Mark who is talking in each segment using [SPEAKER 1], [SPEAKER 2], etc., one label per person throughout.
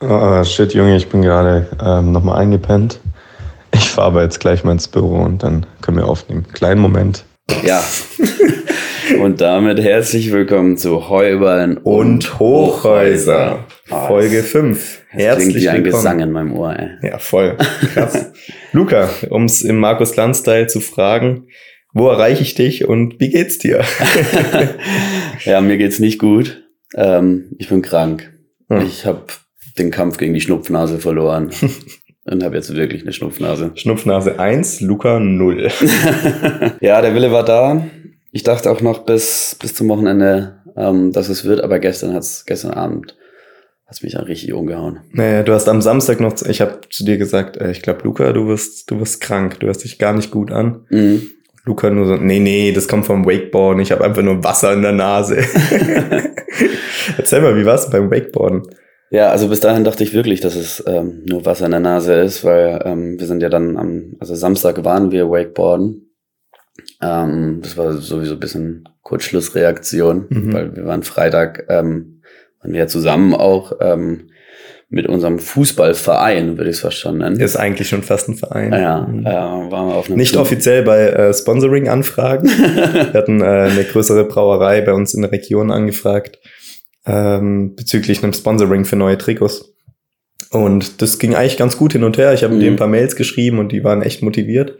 [SPEAKER 1] Oh, shit, Junge, ich bin gerade ähm, nochmal eingepennt. Ich fahre aber jetzt gleich mal ins Büro und dann können wir aufnehmen. Kleinen Moment.
[SPEAKER 2] Ja. und damit herzlich willkommen zu Heuballen
[SPEAKER 3] Und Hochhäuser. Folge 5.
[SPEAKER 2] Herzlich Ah, klingt
[SPEAKER 3] Herzlich
[SPEAKER 2] wie ein Gesang
[SPEAKER 3] willkommen.
[SPEAKER 2] in meinem Ohr, ey.
[SPEAKER 3] Ja, voll. Krass. Luca, um es im Markus Lanz-Style zu fragen, wo erreiche ich dich und wie geht's dir?
[SPEAKER 2] ja, mir geht's nicht gut. Ähm, ich bin krank.
[SPEAKER 3] Hm.
[SPEAKER 2] Ich habe den Kampf gegen die Schnupfnase verloren und habe jetzt wirklich eine Schnupfnase.
[SPEAKER 3] Schnupfnase 1, Luca 0.
[SPEAKER 2] ja, der Wille war da. Ich dachte auch noch bis, bis zum Wochenende, ähm, dass es wird, aber gestern hat's, gestern Abend hat's mich dann richtig umgehauen.
[SPEAKER 3] Naja, Äh, du hast am Samstag noch, zu- ich habe zu dir gesagt, äh, ich glaube, Luca, du wirst, du wirst krank, du hörst dich gar nicht gut an.
[SPEAKER 2] Mhm.
[SPEAKER 3] Luca nur so, nee, nee, das kommt vom Wakeboarden, ich habe einfach nur Wasser in der Nase. Erzähl mal, wie war's beim Wakeboarden?
[SPEAKER 2] Ja, also bis dahin dachte ich wirklich, dass es ähm, nur Wasser in der Nase ist, weil ähm, wir sind ja dann am, also Samstag waren wir Wakeboarden. Ähm, das war sowieso ein bisschen Kurzschlussreaktion,
[SPEAKER 3] Mhm.
[SPEAKER 2] weil wir waren Freitag, ähm, waren wir ja zusammen auch ähm, mit unserem Fußballverein, würde ich es fast schon nennen.
[SPEAKER 3] Ist eigentlich schon fast ein Verein.
[SPEAKER 2] ja,
[SPEAKER 3] Mhm.
[SPEAKER 2] äh, waren wir auf einem
[SPEAKER 3] Nicht offiziell bei äh, Sponsoring-Anfragen. Wir hatten äh, eine größere Brauerei bei uns in der Region angefragt ähm, bezüglich einem Sponsoring für neue Trikots. Und das ging eigentlich ganz gut hin und her. Ich habe mit
[SPEAKER 2] Mhm.
[SPEAKER 3] denen ein paar Mails geschrieben und die waren echt motiviert.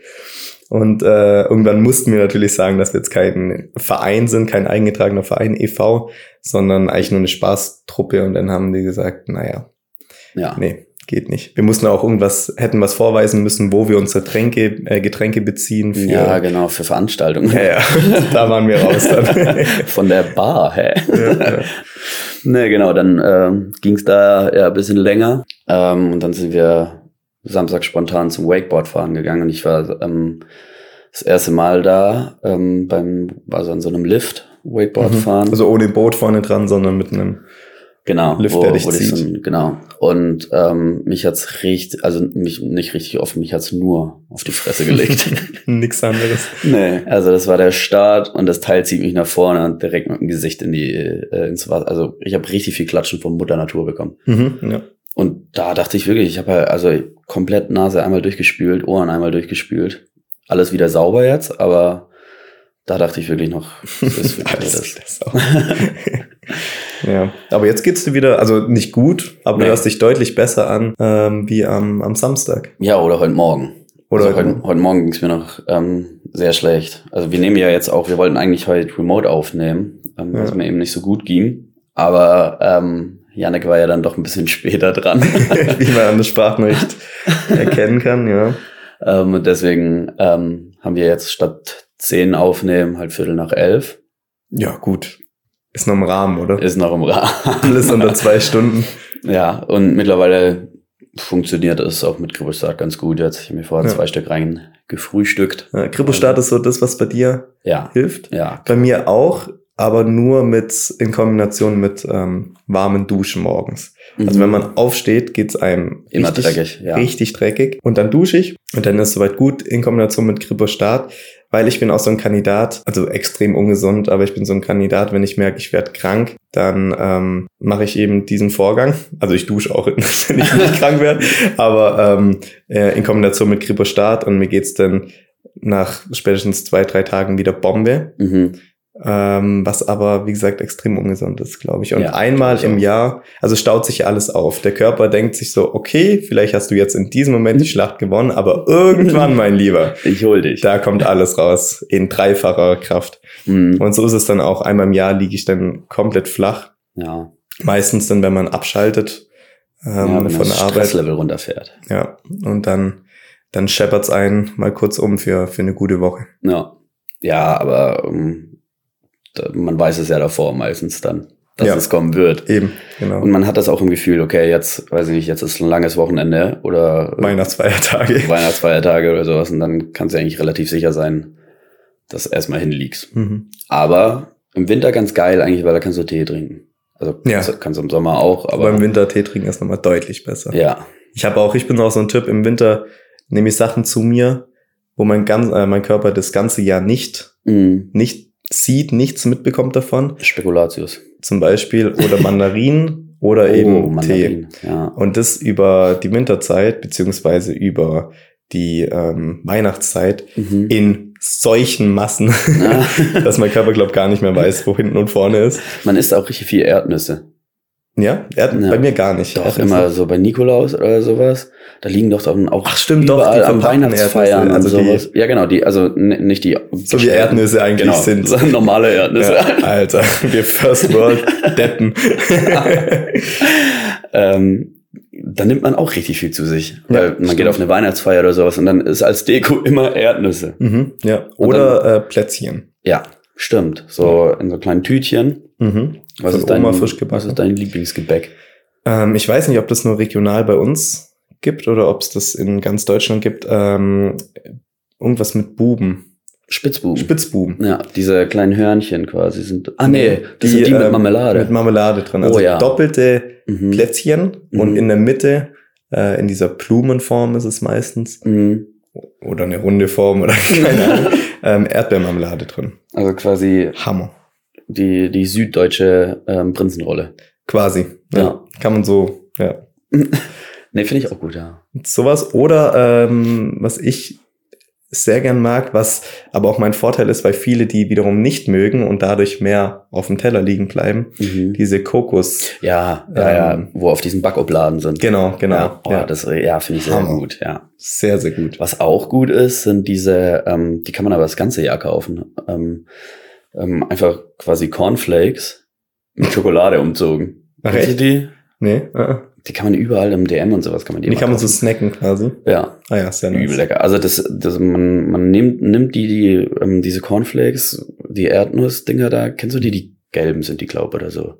[SPEAKER 3] Und äh, irgendwann mussten wir natürlich sagen, dass wir jetzt kein Verein sind, kein eingetragener Verein e.V., sondern eigentlich nur eine Spaßtruppe. Und dann haben die gesagt, naja,
[SPEAKER 2] ja.
[SPEAKER 3] Nee, geht nicht. Wir mussten auch irgendwas, hätten was vorweisen müssen, wo wir unsere Tränke, äh, Getränke beziehen. Für,
[SPEAKER 2] ja, genau, für Veranstaltungen.
[SPEAKER 3] ja, ja. da waren wir raus dann.
[SPEAKER 2] Von der Bar, hä?
[SPEAKER 3] Ja, ja.
[SPEAKER 2] Ne, genau, dann ähm, ging's da ja ein bisschen länger. Ähm, und dann sind wir Samstag spontan zum Wakeboardfahren gegangen. Und ich war ähm, das erste Mal da, ähm, beim, also an so einem Lift Wakeboardfahren.
[SPEAKER 3] Also ohne Boot vorne dran, sondern mit einem.
[SPEAKER 2] genau,
[SPEAKER 3] Lift, der dich
[SPEAKER 2] das
[SPEAKER 3] zieht.
[SPEAKER 2] dann- genau. Und ähm, mich hat's richtig, also mich nicht richtig offen, mich hat's nur auf die Fresse gelegt.
[SPEAKER 3] Nix anderes.
[SPEAKER 2] Nee, also das war der Start und das Teil zieht mich nach vorne und direkt mit dem Gesicht in die äh, ins Wasser. Also ich habe richtig viel Klatschen von Mutter Natur bekommen.
[SPEAKER 3] Mhm, ja.
[SPEAKER 2] Und da dachte ich wirklich, ich habe halt also komplett Nase einmal durchgespült, Ohren einmal durchgespült. Alles wieder sauber jetzt, aber da dachte ich wirklich noch, das ist wirklich
[SPEAKER 3] Alles
[SPEAKER 2] alles.
[SPEAKER 3] wieder sauber. ja. Aber jetzt geht's dir wieder, also nicht gut, aber
[SPEAKER 2] Nee.
[SPEAKER 3] du hörst dich deutlich besser an, ähm, wie am, am Samstag.
[SPEAKER 2] Ja, oder heute Morgen.
[SPEAKER 3] Oder
[SPEAKER 2] also heute, heute Morgen ging's mir noch ähm, sehr schlecht. Also wir nehmen ja jetzt auch, wir wollten eigentlich heute remote aufnehmen, ähm, was
[SPEAKER 3] Ja.
[SPEAKER 2] mir eben nicht so gut ging. Aber ähm, Janik war ja dann doch ein bisschen später dran.
[SPEAKER 3] wie man an der Sprachnachricht erkennen kann, ja.
[SPEAKER 2] ähm, und deswegen ähm, haben wir jetzt statt 10 aufnehmen, halt Viertel nach elf.
[SPEAKER 3] Ja, gut. Ist noch im Rahmen, oder?
[SPEAKER 2] Ist noch im Rahmen.
[SPEAKER 3] Alles unter zwei Stunden.
[SPEAKER 2] Ja, und mittlerweile funktioniert es auch mit Grippestart ganz gut jetzt. Ich habe mir vorher
[SPEAKER 3] Ja.
[SPEAKER 2] zwei Stück reingefrühstückt.
[SPEAKER 3] Ja, Krippostart ist so das, was bei dir
[SPEAKER 2] Ja,
[SPEAKER 3] hilft.
[SPEAKER 2] ja,
[SPEAKER 3] Bei mir auch, aber nur mit in Kombination mit ähm, warmen Duschen morgens. Also
[SPEAKER 2] Mhm.
[SPEAKER 3] wenn man aufsteht, geht's einem
[SPEAKER 2] immer
[SPEAKER 3] richtig,
[SPEAKER 2] dreckig. Ja.
[SPEAKER 3] richtig dreckig. Und dann dusche ich und dann ist soweit gut in Kombination mit Krippostart, weil ich bin auch so ein Kandidat, also extrem ungesund, aber ich bin so ein Kandidat, wenn ich merke, ich werde krank, dann ähm, mache ich eben diesen Vorgang. Also ich dusche auch, wenn ich nicht krank werde, aber ähm, äh, in Kombination mit Krippostart und mir geht's dann nach spätestens zwei, drei Tagen wieder Bombe.
[SPEAKER 2] Mhm.
[SPEAKER 3] Ähm, was aber, wie gesagt, extrem ungesund ist, glaube ich. Und
[SPEAKER 2] Ja,
[SPEAKER 3] einmal
[SPEAKER 2] glaub ich
[SPEAKER 3] im
[SPEAKER 2] auch.
[SPEAKER 3] Jahr, also staut sich ja alles auf. Der Körper denkt sich so, okay, vielleicht hast du jetzt in diesem Moment die Schlacht gewonnen, aber irgendwann, mein Lieber,
[SPEAKER 2] Ich hol dich.
[SPEAKER 3] da kommt alles raus in dreifacher Kraft.
[SPEAKER 2] Mhm.
[SPEAKER 3] Und so ist es dann auch. Einmal im Jahr liege ich dann komplett flach.
[SPEAKER 2] Ja.
[SPEAKER 3] Meistens dann, wenn man abschaltet ähm,
[SPEAKER 2] ja, wenn
[SPEAKER 3] von
[SPEAKER 2] das
[SPEAKER 3] der Arbeit.
[SPEAKER 2] Stresslevel runterfährt.
[SPEAKER 3] Ja. Und dann, dann scheppert's einen mal kurz um für, für eine gute Woche.
[SPEAKER 2] Ja, ja aber ähm, da, man weiß es ja davor meistens dann, dass
[SPEAKER 3] Ja.
[SPEAKER 2] es kommen wird.
[SPEAKER 3] Eben, genau.
[SPEAKER 2] Und man hat das auch im Gefühl, okay, jetzt, weiß ich nicht, jetzt ist ein langes Wochenende oder
[SPEAKER 3] Weihnachtsfeiertage.
[SPEAKER 2] Weihnachtsfeiertage oder sowas und dann kannst du eigentlich relativ sicher sein, dass du erstmal hinliegst.
[SPEAKER 3] Mhm.
[SPEAKER 2] Aber im Winter ganz geil eigentlich, weil da kannst du Tee trinken. Also
[SPEAKER 3] Ja.
[SPEAKER 2] kannst, du- kannst du im Sommer auch,
[SPEAKER 3] Aber
[SPEAKER 2] aber
[SPEAKER 3] im Winter Tee trinken ist nochmal deutlich besser.
[SPEAKER 2] ja,
[SPEAKER 3] Ich habe auch, ich bin auch so ein Typ, im Winter nehme ich Sachen zu mir, wo mein, ganz, äh, mein Körper das ganze Jahr nicht,
[SPEAKER 2] mhm.
[SPEAKER 3] nicht sieht, nichts mitbekommt davon.
[SPEAKER 2] Spekulatius.
[SPEAKER 3] Zum Beispiel oder Mandarinen oder
[SPEAKER 2] Oh,
[SPEAKER 3] eben Tee.
[SPEAKER 2] Mandarin. Ja.
[SPEAKER 3] Und das über die Winterzeit beziehungsweise über die ähm, Weihnachtszeit
[SPEAKER 2] Mhm.
[SPEAKER 3] in solchen Massen,
[SPEAKER 2] Ja.
[SPEAKER 3] dass mein Körper, glaube gar nicht mehr weiß, wo hinten und vorne ist.
[SPEAKER 2] Man isst auch richtig viel Erdnüsse.
[SPEAKER 3] Ja, er,
[SPEAKER 2] Ja.
[SPEAKER 3] bei mir gar nicht.
[SPEAKER 2] Doch,
[SPEAKER 3] Erdnüsse.
[SPEAKER 2] immer so bei Nikolaus oder sowas. Da liegen doch dann auch
[SPEAKER 3] Ach, stimmt, doch,
[SPEAKER 2] überall
[SPEAKER 3] die
[SPEAKER 2] am
[SPEAKER 3] verpackten Erdnüsse,
[SPEAKER 2] Weihnachtsfeiern und
[SPEAKER 3] also die-
[SPEAKER 2] sowas. ja, genau, die, also n- nicht die.
[SPEAKER 3] So wie Erdnüsse eigentlich
[SPEAKER 2] genau,
[SPEAKER 3] sind.
[SPEAKER 2] so normale Erdnüsse.
[SPEAKER 3] Ja, Alter, wir First World Deppen.
[SPEAKER 2] ähm, dann nimmt man auch richtig viel zu sich. Weil man
[SPEAKER 3] stimmt.
[SPEAKER 2] geht auf eine Weihnachtsfeier oder sowas und dann ist als Deko immer Erdnüsse.
[SPEAKER 3] mhm, ja.
[SPEAKER 2] Und
[SPEAKER 3] Oder äh, Plätzchen.
[SPEAKER 2] Ja, stimmt. So in so kleinen Tütchen.
[SPEAKER 3] Mhm.
[SPEAKER 2] Was
[SPEAKER 3] Von
[SPEAKER 2] ist, dein,
[SPEAKER 3] Oma frisch
[SPEAKER 2] was
[SPEAKER 3] gebacken.
[SPEAKER 2] ist dein Lieblingsgebäck?
[SPEAKER 3] Ähm, ich weiß nicht, ob das nur regional bei uns gibt oder ob es das in ganz Deutschland gibt. Ähm, irgendwas mit Buben.
[SPEAKER 2] Spitzbuben.
[SPEAKER 3] Spitzbuben.
[SPEAKER 2] ja, diese kleinen Hörnchen quasi sind. Ah, nee, das sind die mit
[SPEAKER 3] ähm,
[SPEAKER 2] Marmelade.
[SPEAKER 3] Mit Marmelade drin.
[SPEAKER 2] Oh
[SPEAKER 3] Also
[SPEAKER 2] ja.
[SPEAKER 3] doppelte
[SPEAKER 2] mhm.
[SPEAKER 3] Plätzchen
[SPEAKER 2] Mhm.
[SPEAKER 3] und in der Mitte, äh, in dieser Blumenform ist es meistens,
[SPEAKER 2] Mhm.
[SPEAKER 3] oder eine runde Form oder keine Ahnung, ähm, Erdbeermarmelade drin.
[SPEAKER 2] Also quasi
[SPEAKER 3] Hammer.
[SPEAKER 2] die, die süddeutsche ähm, Prinzenrolle.
[SPEAKER 3] Quasi. Ja.
[SPEAKER 2] Ja.
[SPEAKER 3] Kann man so, ja.
[SPEAKER 2] Nee, finde ich auch gut, ja.
[SPEAKER 3] Sowas. Oder ähm, was ich sehr gern mag, was aber auch mein Vorteil ist, weil viele die wiederum nicht mögen und dadurch mehr auf dem Teller liegen bleiben,
[SPEAKER 2] Die-
[SPEAKER 3] diese Kokos.
[SPEAKER 2] Mhm. Ja, ja, ja,
[SPEAKER 3] Ähm.
[SPEAKER 2] wo auf diesen Backobladen sind.
[SPEAKER 3] Genau, genau.
[SPEAKER 2] Ja,
[SPEAKER 3] Ja,
[SPEAKER 2] oh, das ja, finde ich sehr
[SPEAKER 3] Hammer.
[SPEAKER 2] gut, ja.
[SPEAKER 3] sehr, sehr gut.
[SPEAKER 2] Was auch gut ist, sind diese, ähm, die kann man aber das ganze Jahr kaufen. Ähm, ähm, einfach quasi Cornflakes mit Schokolade umzogen.
[SPEAKER 3] Ach,
[SPEAKER 2] Kennst du
[SPEAKER 3] echt?
[SPEAKER 2] die?
[SPEAKER 3] Nee, äh, äh.
[SPEAKER 2] Die kann man überall im DM und sowas kann man die
[SPEAKER 3] die
[SPEAKER 2] immer
[SPEAKER 3] kann man so
[SPEAKER 2] kaufen.
[SPEAKER 3] snacken quasi.
[SPEAKER 2] ja,
[SPEAKER 3] Ah ja, sehr
[SPEAKER 2] Übel
[SPEAKER 3] nice.
[SPEAKER 2] lecker. Also das, das man, man nimmt, nimmt die, die ähm, diese Cornflakes, die Erdnuss-Dinger da, kennst du die? Die gelben sind die, glaube oder so.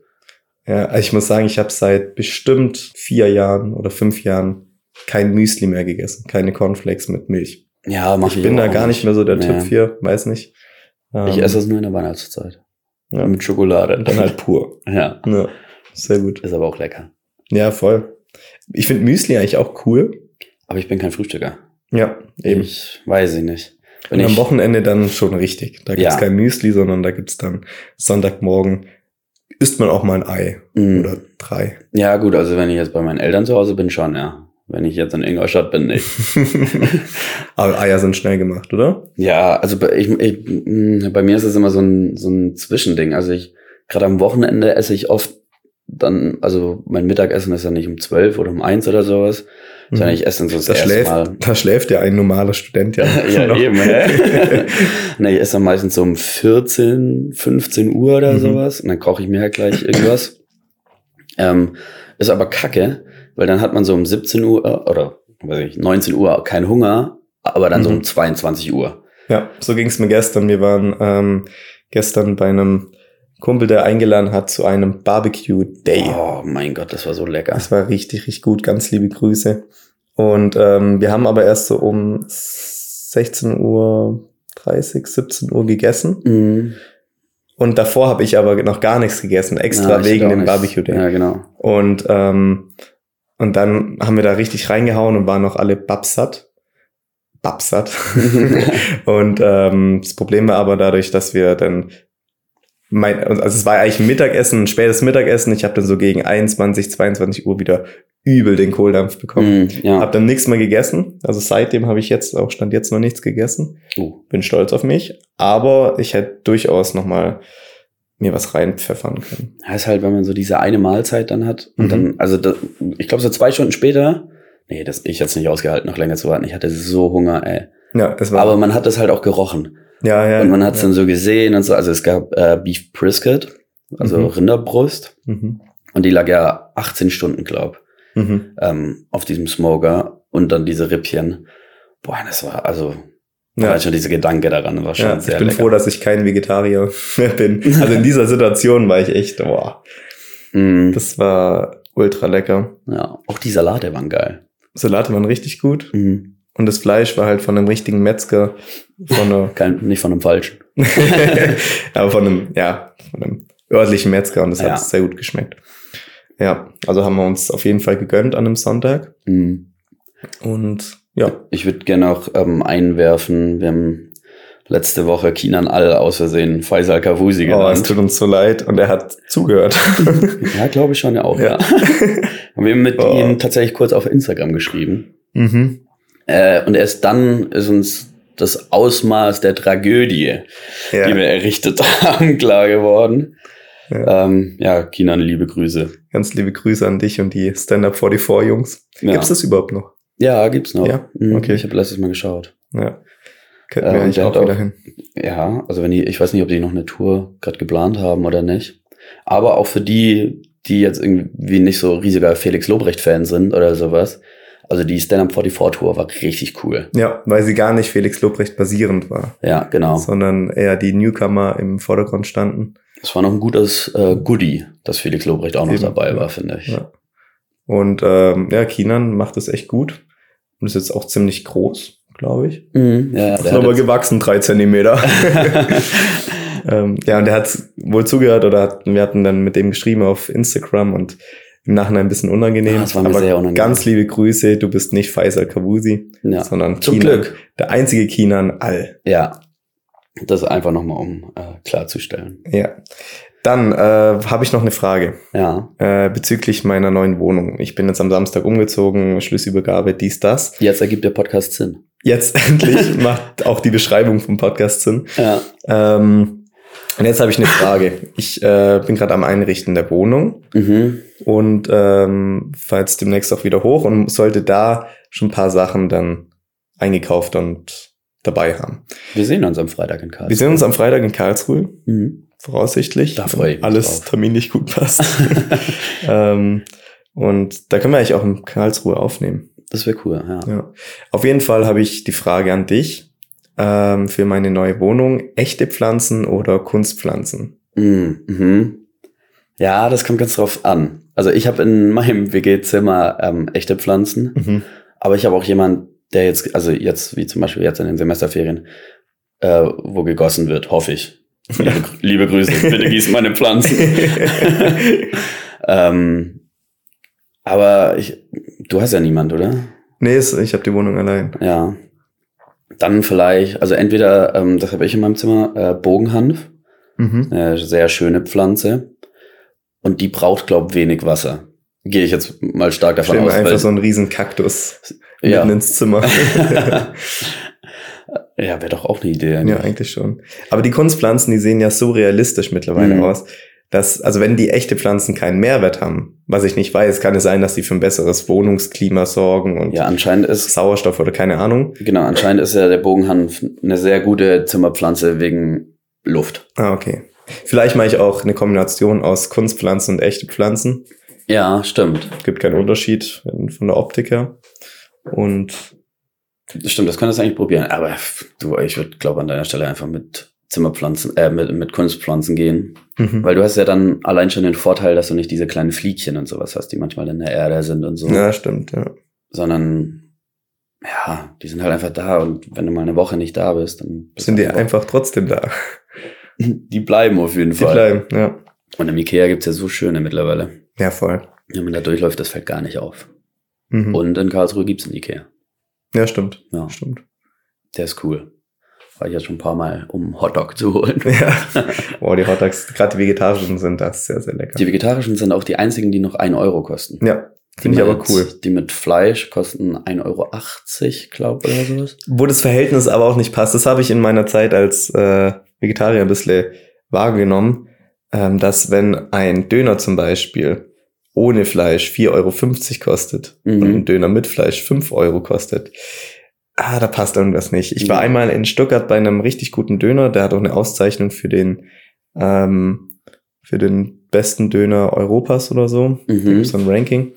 [SPEAKER 3] Ja, also ich muss sagen, ich habe seit bestimmt vier Jahren oder fünf Jahren kein Müsli mehr gegessen, keine Cornflakes mit Milch.
[SPEAKER 2] Ja, mach ich,
[SPEAKER 3] Ich bin
[SPEAKER 2] aber
[SPEAKER 3] da
[SPEAKER 2] auch
[SPEAKER 3] gar nicht mehr so der
[SPEAKER 2] Ja.
[SPEAKER 3] Typ hier, weiß nicht. Ähm,
[SPEAKER 2] Ich esse das nur in der Weihnachtszeit.
[SPEAKER 3] ja.
[SPEAKER 2] Mit Schokolade.
[SPEAKER 3] Dann halt pur.
[SPEAKER 2] Ja,
[SPEAKER 3] Ja, sehr gut.
[SPEAKER 2] ist aber auch lecker.
[SPEAKER 3] Ja, voll. Ich finde Müsli eigentlich auch cool.
[SPEAKER 2] Aber ich bin kein Frühstücker.
[SPEAKER 3] Ja, eben.
[SPEAKER 2] Ich weiß ich nicht. Wenn
[SPEAKER 3] Und am
[SPEAKER 2] ich,
[SPEAKER 3] Wochenende dann schon richtig. Da gibt's
[SPEAKER 2] Ja.
[SPEAKER 3] kein Müsli, sondern da gibt's dann Sonntagmorgen isst man auch mal ein Ei
[SPEAKER 2] Mm.
[SPEAKER 3] oder drei.
[SPEAKER 2] ja gut, also wenn ich jetzt bei meinen Eltern zu Hause bin, schon, ja. Wenn ich jetzt in Ingolstadt bin, nicht.
[SPEAKER 3] Aber Eier sind schnell gemacht, oder?
[SPEAKER 2] Ja, also bei, ich, ich, mh, bei mir ist es immer so ein, so ein Zwischending. Also ich, gerade am Wochenende esse ich oft dann, also mein Mittagessen ist ja nicht um zwölf oder um eins oder sowas, sondern ich esse dann so das
[SPEAKER 3] da,
[SPEAKER 2] erste
[SPEAKER 3] Mhm. schläft,
[SPEAKER 2] Mal.
[SPEAKER 3] da schläft ja ein normaler Student ja.
[SPEAKER 2] ja,
[SPEAKER 3] noch.
[SPEAKER 2] eben, hä? nee, ich esse dann meistens so um 14, 15 Uhr oder
[SPEAKER 3] Mhm.
[SPEAKER 2] sowas und dann koche ich mir halt gleich irgendwas. ähm, ist aber kacke, weil dann hat man so um 17 Uhr äh, oder weiß ich, 19 Uhr keinen Hunger, aber dann so um
[SPEAKER 3] Mhm.
[SPEAKER 2] 22 Uhr.
[SPEAKER 3] Ja, so ging's mir gestern. Wir waren ähm, gestern bei einem Kumpel, der eingeladen hat zu einem Barbecue Day.
[SPEAKER 2] Oh mein Gott, das war so lecker.
[SPEAKER 3] Das war richtig, richtig gut. Ganz liebe Grüße. Und ähm, wir haben aber erst so um 16 Uhr 30, 17 Uhr gegessen.
[SPEAKER 2] Mhm.
[SPEAKER 3] Und davor habe ich aber noch gar nichts gegessen, extra
[SPEAKER 2] Ja, ich hätte
[SPEAKER 3] wegen
[SPEAKER 2] auch
[SPEAKER 3] dem
[SPEAKER 2] nicht-
[SPEAKER 3] Barbecue Day.
[SPEAKER 2] Ja, genau.
[SPEAKER 3] Und, ähm, und dann haben wir da richtig reingehauen und waren noch alle babsatt. Babsatt. und ähm, das Problem war aber dadurch, dass wir dann mein, also es war eigentlich ein Mittagessen, ein spätes Mittagessen. Ich habe dann so gegen 21, 22 Uhr wieder übel den Kohldampf bekommen.
[SPEAKER 2] Mhm, ja.
[SPEAKER 3] Hab dann nichts mehr gegessen. Also seitdem habe ich jetzt auch stand jetzt noch nichts gegessen.
[SPEAKER 2] Oh.
[SPEAKER 3] Bin stolz auf mich. Aber ich hätte durchaus noch mal mir was reinpfeffern können.
[SPEAKER 2] Ja, ist halt, wenn man so diese eine Mahlzeit dann hat und
[SPEAKER 3] Mhm.
[SPEAKER 2] dann, also da, ich glaube so zwei Stunden später, nee, das ich jetzt nicht ausgehalten, noch länger zu warten. Ich hatte so Hunger, ey.
[SPEAKER 3] Ja, es war.
[SPEAKER 2] Aber man hat das halt auch gerochen
[SPEAKER 3] ja, ja.
[SPEAKER 2] und man hat es
[SPEAKER 3] ja.
[SPEAKER 2] dann so gesehen und so. Also es gab äh, Beef Brisket, also
[SPEAKER 3] Mhm.
[SPEAKER 2] Rinderbrust
[SPEAKER 3] Mhm.
[SPEAKER 2] und die lag ja 18 Stunden, glaub.
[SPEAKER 3] Mhm.
[SPEAKER 2] ähm, auf diesem Smoker und dann diese Rippchen. Boah, das war also
[SPEAKER 3] Ja.
[SPEAKER 2] allein schon diese Gedanke daran war schon
[SPEAKER 3] Ja, ich
[SPEAKER 2] sehr
[SPEAKER 3] bin
[SPEAKER 2] lecker.
[SPEAKER 3] froh, dass ich kein Vegetarier mehr bin. Also in dieser Situation war ich echt, boah,
[SPEAKER 2] Mhm.
[SPEAKER 3] das war ultra lecker.
[SPEAKER 2] Ja, auch die Salate waren geil. Mhm.
[SPEAKER 3] Salate waren richtig gut und das Fleisch war halt von einem richtigen Metzger, von einer
[SPEAKER 2] Kein, nicht von einem falschen.
[SPEAKER 3] Aber von einem, ja, von einem örtlichen Metzger und das hat
[SPEAKER 2] Ja.
[SPEAKER 3] sehr gut geschmeckt. Ja, also haben wir uns auf jeden Fall gegönnt an einem Sonntag
[SPEAKER 2] Mhm.
[SPEAKER 3] und ja,
[SPEAKER 2] Ich würde gerne auch ähm, einwerfen, wir haben letzte Woche Kinan Al aus Versehen Faisal Kavusi
[SPEAKER 3] Oh, es
[SPEAKER 2] genannt.
[SPEAKER 3] tut uns so leid und er hat zugehört.
[SPEAKER 2] ja, glaube ich schon ja auch.
[SPEAKER 3] Ja.
[SPEAKER 2] Ja. Haben wir mit
[SPEAKER 3] Oh.
[SPEAKER 2] ihm tatsächlich kurz auf Instagram geschrieben.
[SPEAKER 3] mhm.
[SPEAKER 2] Äh, und erst dann ist uns das Ausmaß der Tragödie,
[SPEAKER 3] Ja.
[SPEAKER 2] die wir errichtet haben, klar geworden.
[SPEAKER 3] Ja.
[SPEAKER 2] Ja, ähm, ja Kinan, liebe Grüße.
[SPEAKER 3] Ganz liebe Grüße an dich und die Stand-Up 44 Jungs.
[SPEAKER 2] Ja.
[SPEAKER 3] Gibt's das überhaupt noch?
[SPEAKER 2] Ja, gibt's noch.
[SPEAKER 3] Ja?
[SPEAKER 2] Mhm,
[SPEAKER 3] Okay.
[SPEAKER 2] Ich habe letztes Mal geschaut.
[SPEAKER 3] Ja. Könnten
[SPEAKER 2] Äh,
[SPEAKER 3] wir
[SPEAKER 2] und
[SPEAKER 3] eigentlich
[SPEAKER 2] der
[SPEAKER 3] auch
[SPEAKER 2] hat auch-
[SPEAKER 3] wieder hin.
[SPEAKER 2] Ja, also wenn die, ich weiß nicht, ob die noch eine Tour gerade geplant haben oder nicht. Aber auch für die, die jetzt irgendwie nicht so riesiger Felix Lobrecht-Fan sind oder sowas. Also die Stand-Up 44 Tour war richtig cool.
[SPEAKER 3] Ja, weil sie gar nicht Felix Lobrecht basierend war,
[SPEAKER 2] Ja, genau.
[SPEAKER 3] sondern eher die Newcomer im Vordergrund standen.
[SPEAKER 2] Es war noch ein gutes äh, Goodie, dass Felix Lobrecht auch noch
[SPEAKER 3] Eben,
[SPEAKER 2] dabei
[SPEAKER 3] ja.
[SPEAKER 2] war, finde ich.
[SPEAKER 3] Ja. Und ähm, ja, Kinan macht es echt gut und ist jetzt auch ziemlich groß, glaube ich.
[SPEAKER 2] Mhm, ja,
[SPEAKER 3] Ist
[SPEAKER 2] der hat
[SPEAKER 3] aber
[SPEAKER 2] jetzt-
[SPEAKER 3] gewachsen, drei Zentimeter. ähm, ja, und er hat wohl zugehört oder hat, wir hatten dann mit dem geschrieben auf Instagram und im Nachhinein ein bisschen unangenehm.
[SPEAKER 2] Ah, das war mir
[SPEAKER 3] aber
[SPEAKER 2] sehr unangenehm.
[SPEAKER 3] Ganz liebe Grüße, du bist nicht Faisal Kabusi,
[SPEAKER 2] ja.
[SPEAKER 3] sondern
[SPEAKER 2] Zum
[SPEAKER 3] Kinan.
[SPEAKER 2] Glück.
[SPEAKER 3] Der einzige Kinan All.
[SPEAKER 2] Ja. Das einfach nochmal, um äh, klarzustellen.
[SPEAKER 3] Ja. Dann äh, habe ich noch eine Frage
[SPEAKER 2] Ja.
[SPEAKER 3] äh, bezüglich meiner neuen Wohnung. Ich bin jetzt am Samstag umgezogen, Schlüsselübergabe, dies, das.
[SPEAKER 2] Jetzt ergibt der Podcast Sinn.
[SPEAKER 3] Jetzt endlich macht auch die Beschreibung vom Podcast Sinn.
[SPEAKER 2] Ja.
[SPEAKER 3] Ähm, und jetzt habe ich eine Frage. Ich äh, bin gerade am Einrichten der Wohnung
[SPEAKER 2] Mhm.
[SPEAKER 3] und ähm, fahre jetzt demnächst auch wieder hoch und sollte da schon ein paar Sachen dann eingekauft und dabei haben.
[SPEAKER 2] Wir sehen uns am Freitag in Karlsruhe.
[SPEAKER 3] Wir sehen uns am Freitag in Karlsruhe,
[SPEAKER 2] Mhm.
[SPEAKER 3] voraussichtlich.
[SPEAKER 2] Da freue ich mich
[SPEAKER 3] Alles
[SPEAKER 2] drauf.
[SPEAKER 3] terminlich gut passt.
[SPEAKER 2] Mhm.
[SPEAKER 3] ähm, und da können wir eigentlich auch in Karlsruhe aufnehmen.
[SPEAKER 2] das wäre cool, ja.
[SPEAKER 3] Ja. Auf jeden Fall habe ich die Frage an dich ähm, für meine neue Wohnung. Echte Pflanzen oder Kunstpflanzen?
[SPEAKER 2] Mhm. Mhm. Ja, das kommt ganz drauf an. Also ich habe in meinem WG-Zimmer ähm, echte Pflanzen,
[SPEAKER 3] Mhm.
[SPEAKER 2] aber ich habe auch jemanden, der jetzt, also jetzt, wie zum Beispiel jetzt in den Semesterferien, äh, wo gegossen wird, hoffe ich. Liebe, Gr- liebe Grüße, bitte gieß meine Pflanzen. ähm, aber ich, du hast ja niemand, oder?
[SPEAKER 3] nee, es- ich habe die Wohnung allein.
[SPEAKER 2] Ja. Dann vielleicht, also entweder, ähm, das habe ich in meinem Zimmer, äh, Bogenhanf,
[SPEAKER 3] Mhm.
[SPEAKER 2] eine sehr schöne Pflanze. Und die braucht, glaube ich, wenig Wasser. Gehe ich jetzt mal stark davon
[SPEAKER 3] Stell mir
[SPEAKER 2] aus.
[SPEAKER 3] einfach
[SPEAKER 2] weil-
[SPEAKER 3] so einen riesen Kaktus
[SPEAKER 2] ja.
[SPEAKER 3] mitten ins Zimmer.
[SPEAKER 2] ja, wäre doch auch eine Idee.
[SPEAKER 3] ja,
[SPEAKER 2] eigentlich.
[SPEAKER 3] eigentlich schon. Aber die Kunstpflanzen, die sehen ja so realistisch mittlerweile
[SPEAKER 2] Mhm.
[SPEAKER 3] aus, dass, also wenn die echte Pflanzen keinen Mehrwert haben, was ich nicht weiß, kann es sein, dass die für ein besseres Wohnungsklima sorgen und
[SPEAKER 2] ja, anscheinend ist,
[SPEAKER 3] Sauerstoff oder keine Ahnung.
[SPEAKER 2] genau, anscheinend ist ja der Bogenhanf eine sehr gute Zimmerpflanze wegen Luft.
[SPEAKER 3] Ah, okay. Vielleicht mache ich auch eine Kombination aus Kunstpflanzen und echte Pflanzen.
[SPEAKER 2] Ja, stimmt.
[SPEAKER 3] Gibt keinen Unterschied wenn- von der Optik her. Und
[SPEAKER 2] Stimmt, das könntest du eigentlich probieren. Aber pff, du, ich würde, glaube an deiner Stelle einfach mit Zimmerpflanzen, äh, mit, mit Kunstpflanzen gehen.
[SPEAKER 3] mhm.
[SPEAKER 2] Weil du hast ja dann allein schon den Vorteil, dass du nicht diese kleinen Fliegchen und sowas hast, die manchmal in der Erde sind und so.
[SPEAKER 3] ja, stimmt, ja.
[SPEAKER 2] Sondern, ja, die sind halt einfach da. Und wenn du mal eine Woche nicht da bist, dann bist
[SPEAKER 3] Sind
[SPEAKER 2] du
[SPEAKER 3] die einfach trotzdem da.
[SPEAKER 2] Die bleiben auf jeden
[SPEAKER 3] Die
[SPEAKER 2] Fall.
[SPEAKER 3] bleiben, ja.
[SPEAKER 2] Und im Ikea gibt's ja so schöne mittlerweile.
[SPEAKER 3] Ja, voll.
[SPEAKER 2] Wenn man da durchläuft, das fällt gar nicht auf.
[SPEAKER 3] Mhm.
[SPEAKER 2] Und in Karlsruhe gibt's einen Ikea.
[SPEAKER 3] ja, stimmt.
[SPEAKER 2] Ja,
[SPEAKER 3] Stimmt.
[SPEAKER 2] der ist cool. War ich ja schon ein paar Mal, um einen Hotdog zu holen.
[SPEAKER 3] Ja. Boah, die Hotdogs, gerade die vegetarischen sind das sehr, sehr lecker.
[SPEAKER 2] Die vegetarischen sind auch die einzigen, die noch 1 Euro kosten.
[SPEAKER 3] ja,
[SPEAKER 2] Die
[SPEAKER 3] finde ich aber
[SPEAKER 2] mit-
[SPEAKER 3] cool.
[SPEAKER 2] Die mit Fleisch kosten 1,80 Euro, glaube ich, oder sowas.
[SPEAKER 3] Wo das Verhältnis aber auch nicht passt, das habe ich in meiner Zeit als äh, Vegetarier ein bisschen wahrgenommen, ähm, dass wenn ein Döner zum Beispiel ohne Fleisch 4,50 Euro kostet
[SPEAKER 2] Mhm.
[SPEAKER 3] und ein Döner mit Fleisch 5 Euro kostet, ah, da passt irgendwas nicht. Ich war
[SPEAKER 2] Ja.
[SPEAKER 3] einmal in Stuttgart bei einem richtig guten Döner, der hat auch eine Auszeichnung für den, ähm, für den besten Döner Europas oder so. Da
[SPEAKER 2] Mhm.
[SPEAKER 3] gibt's so ein Ranking.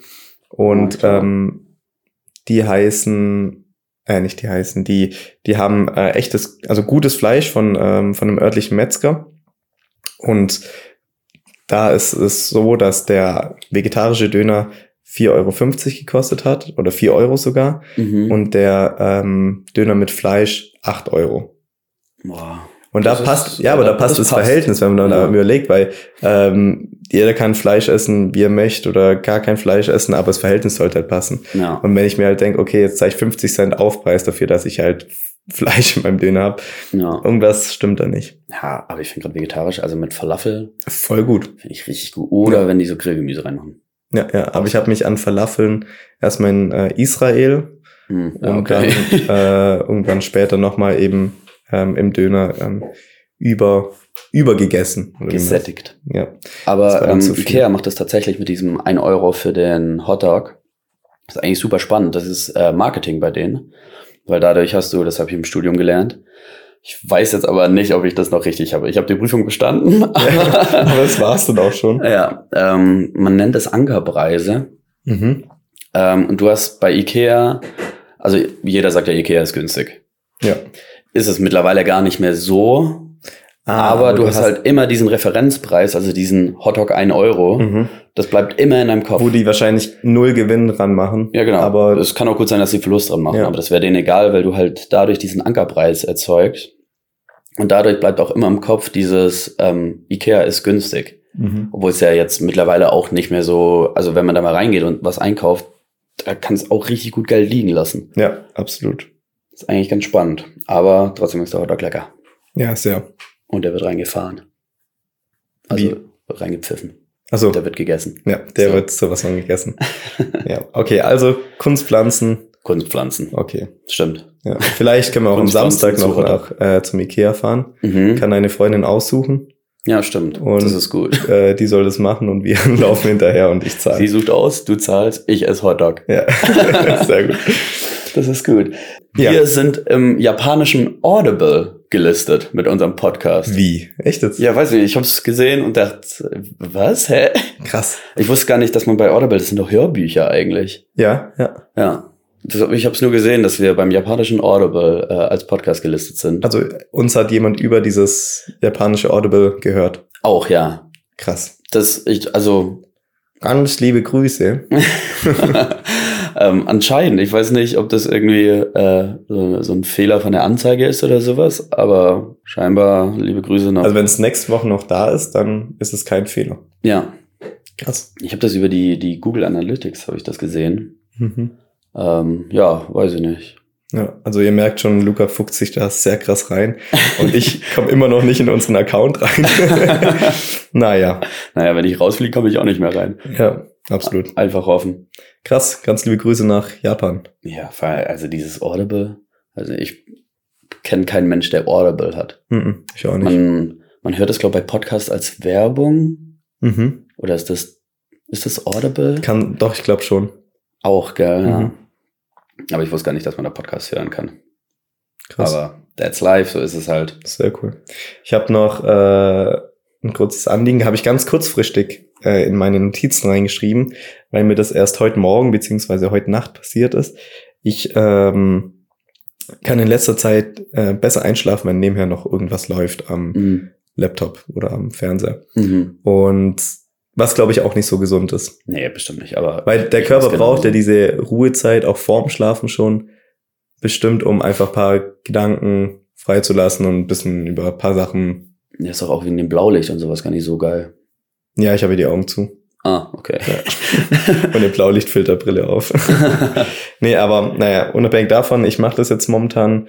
[SPEAKER 3] Und
[SPEAKER 2] Ja, klar.
[SPEAKER 3] ähm, die heißen, äh, nicht die heißen, die, die haben äh, echtes, also gutes Fleisch von, ähm, von einem örtlichen Metzger. Und da ist es so, dass der vegetarische Döner 4,50 Euro gekostet hat oder 4 Euro sogar
[SPEAKER 2] Mhm.
[SPEAKER 3] und der ähm, Döner mit Fleisch 8 Euro.
[SPEAKER 2] Boah.
[SPEAKER 3] Und
[SPEAKER 2] Das
[SPEAKER 3] da
[SPEAKER 2] ist-
[SPEAKER 3] passt, ja, aber da
[SPEAKER 2] das
[SPEAKER 3] passt das,
[SPEAKER 2] passt.
[SPEAKER 3] Verhältnis, wenn man da
[SPEAKER 2] Ja.
[SPEAKER 3] überlegt, weil ähm, jeder kann Fleisch essen, wie er möchte, oder gar kein Fleisch essen, aber das Verhältnis sollte halt passen.
[SPEAKER 2] Ja.
[SPEAKER 3] Und wenn ich mir halt denke, okay, jetzt zahle ich 50 Cent Aufpreis dafür, dass ich halt Fleisch in meinem Döner habe.
[SPEAKER 2] Ja,
[SPEAKER 3] Irgendwas stimmt da nicht.
[SPEAKER 2] ja aber ich finde gerade vegetarisch, also mit Falafel,
[SPEAKER 3] Voll gut.
[SPEAKER 2] finde ich richtig gut. Oder
[SPEAKER 3] Ja.
[SPEAKER 2] wenn die so Grillgemüse reinmachen.
[SPEAKER 3] Ja, ja. Aber ich habe mich an Falafeln erstmal in äh, Israel
[SPEAKER 2] Hm, ja,
[SPEAKER 3] und dann äh, irgendwann später nochmal eben ähm, im Döner ähm, über, übergegessen. Oder wie man-
[SPEAKER 2] Gesättigt.
[SPEAKER 3] Ja. Das
[SPEAKER 2] Aber
[SPEAKER 3] war dann
[SPEAKER 2] ähm,
[SPEAKER 3] zu viel.
[SPEAKER 2] Ikea macht das tatsächlich mit diesem 1 Euro für den Hotdog. Das ist eigentlich super spannend. Das ist äh, Marketing bei denen. Weil dadurch hast du, das habe ich im Studium gelernt. Ich weiß jetzt aber nicht, ob ich das noch richtig habe. Ich habe die Prüfung bestanden.
[SPEAKER 3] Aber das war's dann auch schon.
[SPEAKER 2] ja, ähm, man nennt es Ankerpreise.
[SPEAKER 3] Mhm.
[SPEAKER 2] Ähm, und du hast bei Ikea, also jeder sagt ja, Ikea ist günstig.
[SPEAKER 3] Ja.
[SPEAKER 2] Ist es mittlerweile gar nicht mehr so.
[SPEAKER 3] Ah,
[SPEAKER 2] aber du, hast halt immer diesen Referenzpreis, also diesen Hotdog 1 Euro.
[SPEAKER 3] Mhm.
[SPEAKER 2] Das bleibt immer in deinem Kopf.
[SPEAKER 3] Wo die wahrscheinlich null Gewinn dran machen.
[SPEAKER 2] Ja, genau.
[SPEAKER 3] Aber
[SPEAKER 2] es kann auch gut sein, dass sie Verlust dran machen,
[SPEAKER 3] Ja.
[SPEAKER 2] aber das wäre denen egal, weil du halt dadurch diesen Ankerpreis erzeugst. Und dadurch bleibt auch immer im Kopf dieses ähm, Ikea ist günstig.
[SPEAKER 3] mhm.
[SPEAKER 2] Obwohl es ja jetzt mittlerweile auch nicht mehr so, also wenn man da mal reingeht und was einkauft, da kann es auch richtig gut Geld liegen lassen.
[SPEAKER 3] ja, absolut.
[SPEAKER 2] ist eigentlich ganz spannend. Aber trotzdem ist der Hotdog lecker.
[SPEAKER 3] Ja, sehr.
[SPEAKER 2] Und der wird reingefahren. Also
[SPEAKER 3] Wie?
[SPEAKER 2] wird reingepfiffen.
[SPEAKER 3] Also
[SPEAKER 2] Der wird gegessen.
[SPEAKER 3] ja, der
[SPEAKER 2] So.
[SPEAKER 3] wird sowas von gegessen. ja, okay, also Kunstpflanzen.
[SPEAKER 2] Kunstpflanzen.
[SPEAKER 3] Okay.
[SPEAKER 2] Stimmt.
[SPEAKER 3] Ja. Vielleicht können wir auch am
[SPEAKER 2] Kunstpflanzen
[SPEAKER 3] Samstag noch
[SPEAKER 2] zu
[SPEAKER 3] nach, äh, zum Ikea fahren.
[SPEAKER 2] Mhm.
[SPEAKER 3] Kann eine Freundin aussuchen.
[SPEAKER 2] Ja, stimmt.
[SPEAKER 3] Und-
[SPEAKER 2] das ist gut.
[SPEAKER 3] Äh, die soll das machen und wir laufen hinterher und ich
[SPEAKER 2] Sie
[SPEAKER 3] zahle.
[SPEAKER 2] sucht aus, du zahlst, ich esse Hotdog.
[SPEAKER 3] Ja, sehr gut.
[SPEAKER 2] Das ist gut.
[SPEAKER 3] Ja.
[SPEAKER 2] Wir sind im japanischen Audible gelistet mit unserem Podcast.
[SPEAKER 3] Wie? Echt jetzt?
[SPEAKER 2] Ja, weiß nicht, ich hab's gesehen und dachte, was, hä?
[SPEAKER 3] Krass.
[SPEAKER 2] Ich wusste gar nicht, dass man bei Audible, das sind doch Hörbücher eigentlich.
[SPEAKER 3] Ja, ja.
[SPEAKER 2] Ja. Das, ich hab's nur gesehen, dass wir beim japanischen Audible äh, als Podcast gelistet sind.
[SPEAKER 3] Also uns hat jemand über dieses japanische Audible gehört.
[SPEAKER 2] Auch, ja.
[SPEAKER 3] Krass.
[SPEAKER 2] Das, ich, also,
[SPEAKER 3] Ganz liebe Grüße.
[SPEAKER 2] ähm, anscheinend, ich weiß nicht, ob das irgendwie äh, so, so ein Fehler von der Anzeige ist oder sowas, aber scheinbar liebe Grüße nach.
[SPEAKER 3] Also wenn es nächste Woche noch da ist, dann ist es kein Fehler.
[SPEAKER 2] ja,
[SPEAKER 3] Krass.
[SPEAKER 2] ich habe das über die, die Google Analytics, habe ich das gesehen.
[SPEAKER 3] Mhm.
[SPEAKER 2] Ähm, ja, weiß ich nicht.
[SPEAKER 3] Ja, also ihr merkt schon, Luca fuchst sich da sehr krass rein und ich komme immer noch nicht in unseren Account rein. naja,
[SPEAKER 2] Naja, wenn ich rausfliege, komme ich auch nicht mehr rein.
[SPEAKER 3] ja, absolut.
[SPEAKER 2] Einfach hoffen.
[SPEAKER 3] Krass, ganz liebe Grüße nach Japan.
[SPEAKER 2] Ja, vor allem, also dieses Audible, also ich kenne keinen Mensch, der Audible hat.
[SPEAKER 3] Mhm, ich auch nicht.
[SPEAKER 2] Man, man hört das, glaube ich, bei Podcasts als Werbung.
[SPEAKER 3] Mhm.
[SPEAKER 2] Oder ist das, ist das Audible?
[SPEAKER 3] Kann, doch, ich glaube schon.
[SPEAKER 2] Auch, gell? Ja.
[SPEAKER 3] Mhm.
[SPEAKER 2] Aber ich wusste gar nicht, dass man da Podcasts hören kann.
[SPEAKER 3] Krass.
[SPEAKER 2] Aber that's life, so ist es halt.
[SPEAKER 3] Sehr cool. Ich habe noch äh, ein kurzes Anliegen, habe ich ganz kurzfristig äh, in meine Notizen reingeschrieben, weil mir das erst heute Morgen beziehungsweise heute Nacht passiert ist. Ich ähm, kann in letzter Zeit äh, besser einschlafen, wenn nebenher noch irgendwas läuft am
[SPEAKER 2] Mhm.
[SPEAKER 3] Laptop oder am Fernseher.
[SPEAKER 2] Mhm.
[SPEAKER 3] Und was glaube ich auch nicht so gesund ist.
[SPEAKER 2] Nee, bestimmt nicht, aber.
[SPEAKER 3] Weil der
[SPEAKER 2] Ich
[SPEAKER 3] Körper
[SPEAKER 2] weiß genau.
[SPEAKER 3] braucht ja diese Ruhezeit auch vorm Schlafen schon bestimmt, um einfach ein paar Gedanken freizulassen und ein bisschen über ein paar Sachen
[SPEAKER 2] Der ist doch auch wegen dem Blaulicht und sowas gar nicht so geil.
[SPEAKER 3] Ja, ich habe die Augen zu
[SPEAKER 2] Ah, okay.
[SPEAKER 3] und eine Blaulichtfilterbrille auf. nee, aber naja, unabhängig davon, ich mache das jetzt momentan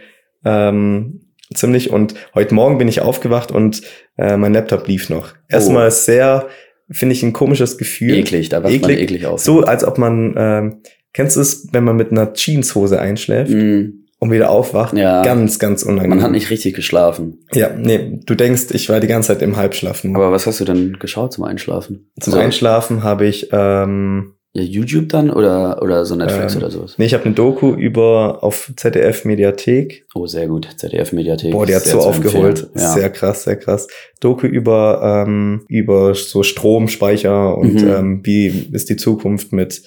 [SPEAKER 3] ähm, ziemlich und heute Morgen bin ich aufgewacht und äh, mein Laptop lief noch. Erstmal sehr, finde ich, ein komisches Gefühl.
[SPEAKER 2] Oh. eklig, da wacht man
[SPEAKER 3] Eklig.
[SPEAKER 2] eklig auf.
[SPEAKER 3] So, als ob man, ähm, kennst du es, wenn man mit einer Jeanshose einschläft
[SPEAKER 2] Mhm.
[SPEAKER 3] und wieder aufwacht?
[SPEAKER 2] Ja.
[SPEAKER 3] Ganz, ganz unangenehm.
[SPEAKER 2] Man hat nicht richtig geschlafen.
[SPEAKER 3] Ja, nee, du denkst, ich war die ganze Zeit im Halbschlafen.
[SPEAKER 2] Aber was hast du denn geschaut zum Einschlafen?
[SPEAKER 3] Zum
[SPEAKER 2] Also,
[SPEAKER 3] Einschlafen habe ich... Ähm,
[SPEAKER 2] Ja, YouTube dann oder, oder so Netflix
[SPEAKER 3] Ähm,
[SPEAKER 2] oder sowas?
[SPEAKER 3] Nee, ich habe eine Doku über auf ZDF Mediathek.
[SPEAKER 2] Oh, sehr gut. ZDF-Mediathek.
[SPEAKER 3] Boah, die hat
[SPEAKER 2] sehr
[SPEAKER 3] so
[SPEAKER 2] zu
[SPEAKER 3] aufgeholt.
[SPEAKER 2] empfehlen. Ja.
[SPEAKER 3] Sehr krass, sehr krass. Doku über, ähm, über so Stromspeicher und
[SPEAKER 2] Mhm.
[SPEAKER 3] ähm, wie ist die Zukunft mit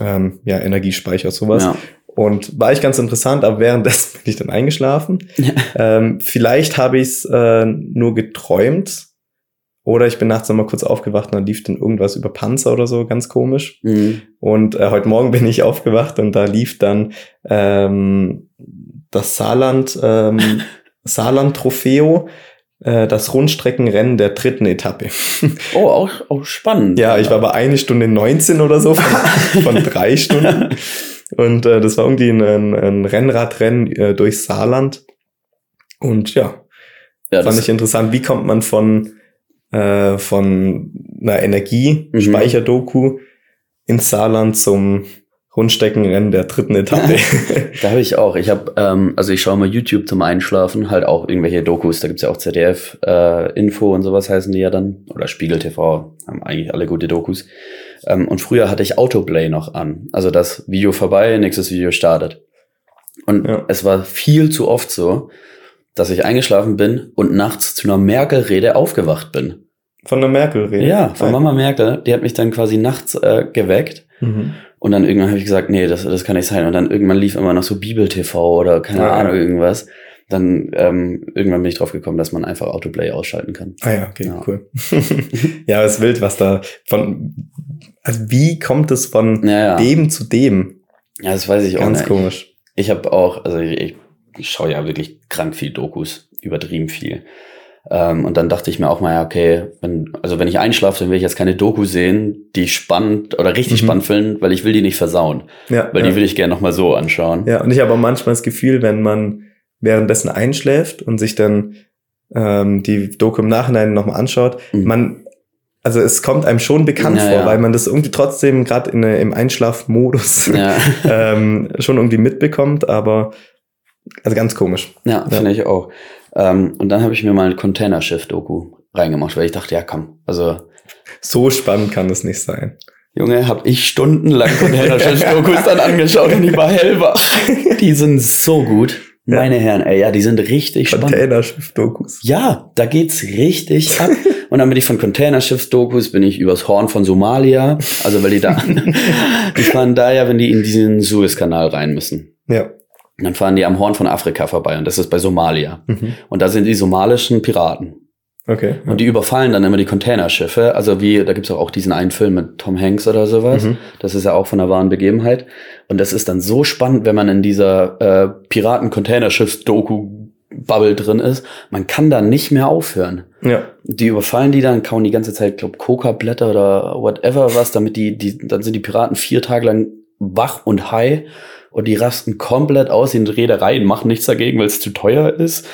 [SPEAKER 3] ähm, ja, Energiespeicher, sowas.
[SPEAKER 2] Ja.
[SPEAKER 3] Und war ich ganz interessant, aber währenddessen bin ich dann eingeschlafen.
[SPEAKER 2] Ja.
[SPEAKER 3] Ähm, vielleicht habe ich es äh, nur geträumt. Oder ich bin nachts nochmal kurz aufgewacht und dann lief dann irgendwas über Panzer oder so, ganz komisch.
[SPEAKER 2] Mhm.
[SPEAKER 3] Und äh, heute Morgen bin ich aufgewacht und da lief dann ähm, das Saarland, ähm, Saarland Trofeo, äh, das Rundstreckenrennen der dritten Etappe.
[SPEAKER 2] Oh, auch, auch spannend.
[SPEAKER 3] ja, ich war bei eine Stunde 19 oder so von, von drei Stunden. Und äh, das war irgendwie ein, ein, ein Rennradrennen äh, durch Saarland. Und ja,
[SPEAKER 2] Ja,
[SPEAKER 3] fand
[SPEAKER 2] das,
[SPEAKER 3] ich interessant. Wie kommt man von, äh, von einer Energiespeicherdoku ins Saarland zum Rundsteckenrennen der dritten Etappe?
[SPEAKER 2] da habe ich auch. Ich habe, ähm, also ich schaue mal YouTube zum Einschlafen, halt auch irgendwelche Dokus, da gibt's ja auch ZDF, äh, Info und sowas heißen die ja dann. Oder Spiegel TV, haben eigentlich alle gute Dokus. Ähm, und früher hatte ich Autoplay noch an. Also das Video vorbei, nächstes Video startet. Und
[SPEAKER 3] Ja.
[SPEAKER 2] es war viel zu oft so, dass ich eingeschlafen bin und nachts zu einer Merkel-Rede aufgewacht bin.
[SPEAKER 3] von der Merkel reden.
[SPEAKER 2] Ja, von Mama Merkel, die hat mich dann quasi nachts äh, geweckt.
[SPEAKER 3] Mhm.
[SPEAKER 2] Und dann irgendwann habe ich gesagt, nee, das, das kann nicht sein. Und dann irgendwann lief immer noch so Bibel-TV oder keine
[SPEAKER 3] Ja.
[SPEAKER 2] Ahnung, irgendwas. Dann ähm, irgendwann bin ich drauf gekommen, dass man einfach Autoplay ausschalten kann.
[SPEAKER 3] Ah ja, okay,
[SPEAKER 2] Ja.
[SPEAKER 3] cool. ja, aber ist wild, was da von. Also wie kommt es von
[SPEAKER 2] Naja, ja,
[SPEAKER 3] dem zu dem?
[SPEAKER 2] das weiß ich auch
[SPEAKER 3] Ganz
[SPEAKER 2] nicht.
[SPEAKER 3] komisch.
[SPEAKER 2] Ich habe auch, also ich, ich schaue ja wirklich krank viel Dokus, übertrieben viel. Ähm, und dann dachte ich mir auch mal, ja, okay, wenn, also wenn ich einschlafe, dann will ich jetzt keine Doku sehen, die spannend oder richtig
[SPEAKER 3] Mhm.
[SPEAKER 2] spannend finden, weil ich will die nicht versauen.
[SPEAKER 3] Ja,
[SPEAKER 2] Weil
[SPEAKER 3] ja.
[SPEAKER 2] die will ich gerne nochmal so anschauen.
[SPEAKER 3] ja, und ich habe auch manchmal das Gefühl, wenn man währenddessen einschläft und sich dann ähm, die Doku im Nachhinein nochmal anschaut,
[SPEAKER 2] Mhm.
[SPEAKER 3] man, also es kommt einem schon bekannt
[SPEAKER 2] Ja,
[SPEAKER 3] vor,
[SPEAKER 2] ja.
[SPEAKER 3] weil man das irgendwie trotzdem gerade in, äh, im Einschlafmodus
[SPEAKER 2] Ja,
[SPEAKER 3] ähm, schon irgendwie mitbekommt, aber also ganz komisch.
[SPEAKER 2] ja finde ich auch. Ähm, und dann habe ich mir mal ein Containerschiff-Doku reingemacht, weil ich dachte, ja komm, also
[SPEAKER 3] So spannend kann es nicht sein.
[SPEAKER 2] Junge, habe ich stundenlang Containerschiff-Dokus dann angeschaut und ich war hellwach. Die sind so gut.
[SPEAKER 3] Ja.
[SPEAKER 2] Meine Herren, ey, ja, die sind richtig spannend.
[SPEAKER 3] Containerschiff-Dokus.
[SPEAKER 2] Ja, da geht's richtig ab. Und dann bin ich von Containerschiffsdokus, bin ich übers Horn von Somalia. Also weil die da, die fahren da ja, wenn die in diesen Suezkanal rein müssen.
[SPEAKER 3] Ja.
[SPEAKER 2] Und dann fahren die am Horn von Afrika vorbei und das ist bei Somalia.
[SPEAKER 3] Mhm.
[SPEAKER 2] Und da sind die somalischen Piraten.
[SPEAKER 3] Okay.
[SPEAKER 2] Und die überfallen dann immer die Containerschiffe. Also wie, da gibt's auch, auch diesen einen Film mit Tom Hanks oder sowas.
[SPEAKER 3] Mhm.
[SPEAKER 2] Das ist ja auch von einer wahren Begebenheit. Und das ist dann so spannend, wenn man in dieser äh, Piraten-Containerschiffs-Doku-Bubble drin ist. Man kann da nicht mehr aufhören.
[SPEAKER 3] Ja.
[SPEAKER 2] Die überfallen die dann, kauen die ganze Zeit, glaub, Coca-Blätter oder whatever was, damit die, die, dann sind die Piraten vier Tage lang wach und high und die rasten komplett aus in Reedereien, machen nichts dagegen, weil es zu teuer ist.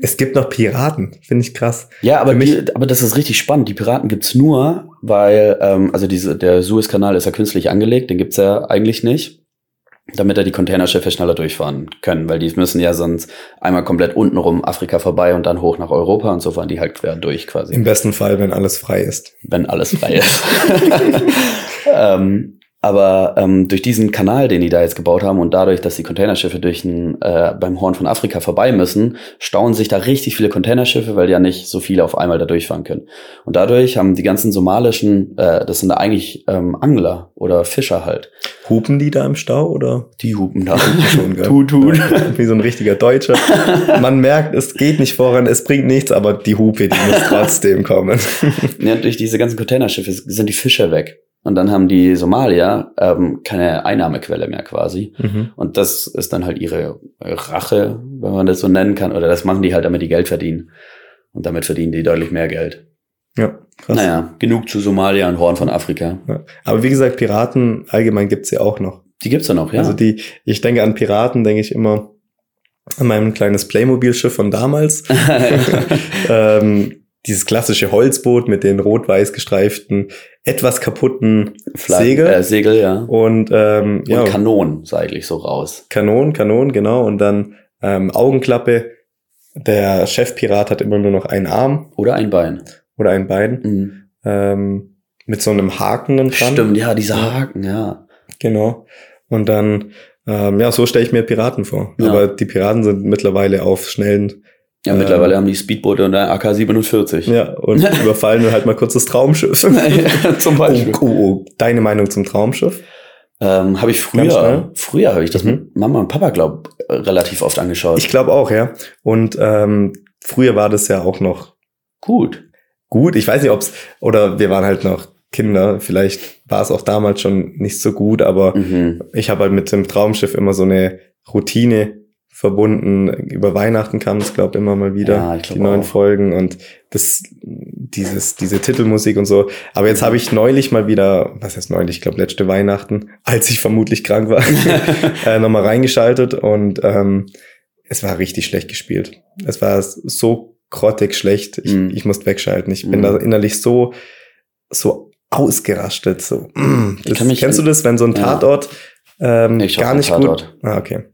[SPEAKER 3] Es gibt noch Piraten, finde ich krass.
[SPEAKER 2] Ja, aber,
[SPEAKER 3] Für mich-
[SPEAKER 2] die, aber das ist richtig spannend. Die Piraten gibt's nur, weil, ähm, also diese, der Suezkanal ist ja künstlich angelegt, den gibt's ja eigentlich nicht, damit da die Containerschiffe schneller durchfahren können, weil die müssen ja sonst einmal komplett untenrum Afrika vorbei und dann hoch nach Europa und so fahren die halt quer durch quasi.
[SPEAKER 3] Im besten Fall, wenn alles frei ist.
[SPEAKER 2] wenn alles frei ist. ähm, aber ähm, durch diesen Kanal, den die da jetzt gebaut haben und dadurch, dass die Containerschiffe durch ein, äh, beim Horn von Afrika vorbei müssen, stauen sich da richtig viele Containerschiffe, weil die ja nicht so viele auf einmal da durchfahren können. Und dadurch haben die ganzen somalischen, äh, das sind da eigentlich ähm, Angler oder Fischer halt,
[SPEAKER 3] Hupen die da im Stau oder?
[SPEAKER 2] die hupen da.
[SPEAKER 3] Schon, gell?
[SPEAKER 2] Tut, tut.
[SPEAKER 3] Wie so ein richtiger Deutscher. Man merkt, es geht nicht voran, es bringt nichts, aber die Hupe, die muss trotzdem kommen.
[SPEAKER 2] Ja, durch diese ganzen Containerschiffe sind die Fischer weg. Und dann haben die Somalier ähm, keine Einnahmequelle mehr quasi.
[SPEAKER 3] Mhm.
[SPEAKER 2] Und das ist dann halt ihre Rache, wenn man das so nennen kann. Oder das machen die halt, damit die Geld verdienen. Und damit verdienen die deutlich mehr Geld.
[SPEAKER 3] Ja, krass.
[SPEAKER 2] Naja, genug zu Somalia und Horn von Afrika.
[SPEAKER 3] Ja. Aber wie gesagt, Piraten allgemein gibt's ja auch noch.
[SPEAKER 2] Die gibt's ja noch, ja.
[SPEAKER 3] Also die, ich denke an Piraten, denke ich immer an mein kleines Playmobil-Schiff von damals. ähm, dieses klassische Holzboot mit den rot-weiß gestreiften, etwas kaputten
[SPEAKER 2] Flag-
[SPEAKER 3] Segel.
[SPEAKER 2] Äh, Segel, ja.
[SPEAKER 3] und,
[SPEAKER 2] Und
[SPEAKER 3] ähm, ja,
[SPEAKER 2] Kanonen sah eigentlich so raus.
[SPEAKER 3] Kanonen, Kanonen, genau. Und dann ähm, Augenklappe. Der Chefpirat hat immer nur noch einen Arm
[SPEAKER 2] Oder ein Bein.
[SPEAKER 3] oder ein Bein
[SPEAKER 2] Mhm.
[SPEAKER 3] ähm, mit so einem Haken dann dran.
[SPEAKER 2] Stimmt, ja, diese Haken, ja.
[SPEAKER 3] Genau. Und dann, ähm, ja, so stelle ich mir Piraten vor.
[SPEAKER 2] Ja.
[SPEAKER 3] Aber die Piraten sind mittlerweile auf schnellen,
[SPEAKER 2] Ja,
[SPEAKER 3] Ähm.
[SPEAKER 2] mittlerweile haben die Speedboote und ein AK-47.
[SPEAKER 3] ja, und überfallen dann halt mal kurz das Traumschiff.
[SPEAKER 2] Zum
[SPEAKER 3] oh,
[SPEAKER 2] Beispiel.
[SPEAKER 3] oh, oh, deine Meinung zum Traumschiff?
[SPEAKER 2] Ähm, habe ich
[SPEAKER 3] Ganz schnell.
[SPEAKER 2] früher, früher habe ich das
[SPEAKER 3] Mhm.
[SPEAKER 2] mit Mama und Papa, glaub, äh, relativ oft angeschaut.
[SPEAKER 3] Ich glaube auch, ja. Und ähm, früher war das ja auch noch
[SPEAKER 2] Gut.
[SPEAKER 3] gut. Ich weiß nicht, ob's oder wir waren halt noch Kinder. Vielleicht war es auch damals schon nicht so gut, aber
[SPEAKER 2] Mhm.
[SPEAKER 3] ich habe halt mit dem Traumschiff immer so eine Routine verbunden. Über Weihnachten kam es, glaube immer mal wieder,
[SPEAKER 2] Ja, ich glaub
[SPEAKER 3] die neuen
[SPEAKER 2] auch.
[SPEAKER 3] Folgen und das, dieses, diese Titelmusik und so. Aber jetzt habe ich neulich mal wieder, was heißt neulich, ich glaube letzte Weihnachten, als ich vermutlich krank war, äh, nochmal reingeschaltet und ähm, es war richtig schlecht gespielt. Es war so grottig schlecht. Ich,
[SPEAKER 2] Mhm.
[SPEAKER 3] ich musste wegschalten. Ich bin
[SPEAKER 2] Mhm.
[SPEAKER 3] da innerlich so, so ausgerastet. So, mm,
[SPEAKER 2] Ich
[SPEAKER 3] das,
[SPEAKER 2] kann mich
[SPEAKER 3] kennst du das, wenn so ein
[SPEAKER 2] Ja.
[SPEAKER 3] Tatort ähm,
[SPEAKER 2] Ich schaue
[SPEAKER 3] gar
[SPEAKER 2] keinen
[SPEAKER 3] nicht
[SPEAKER 2] Tatort.
[SPEAKER 3] gut. Ah, okay.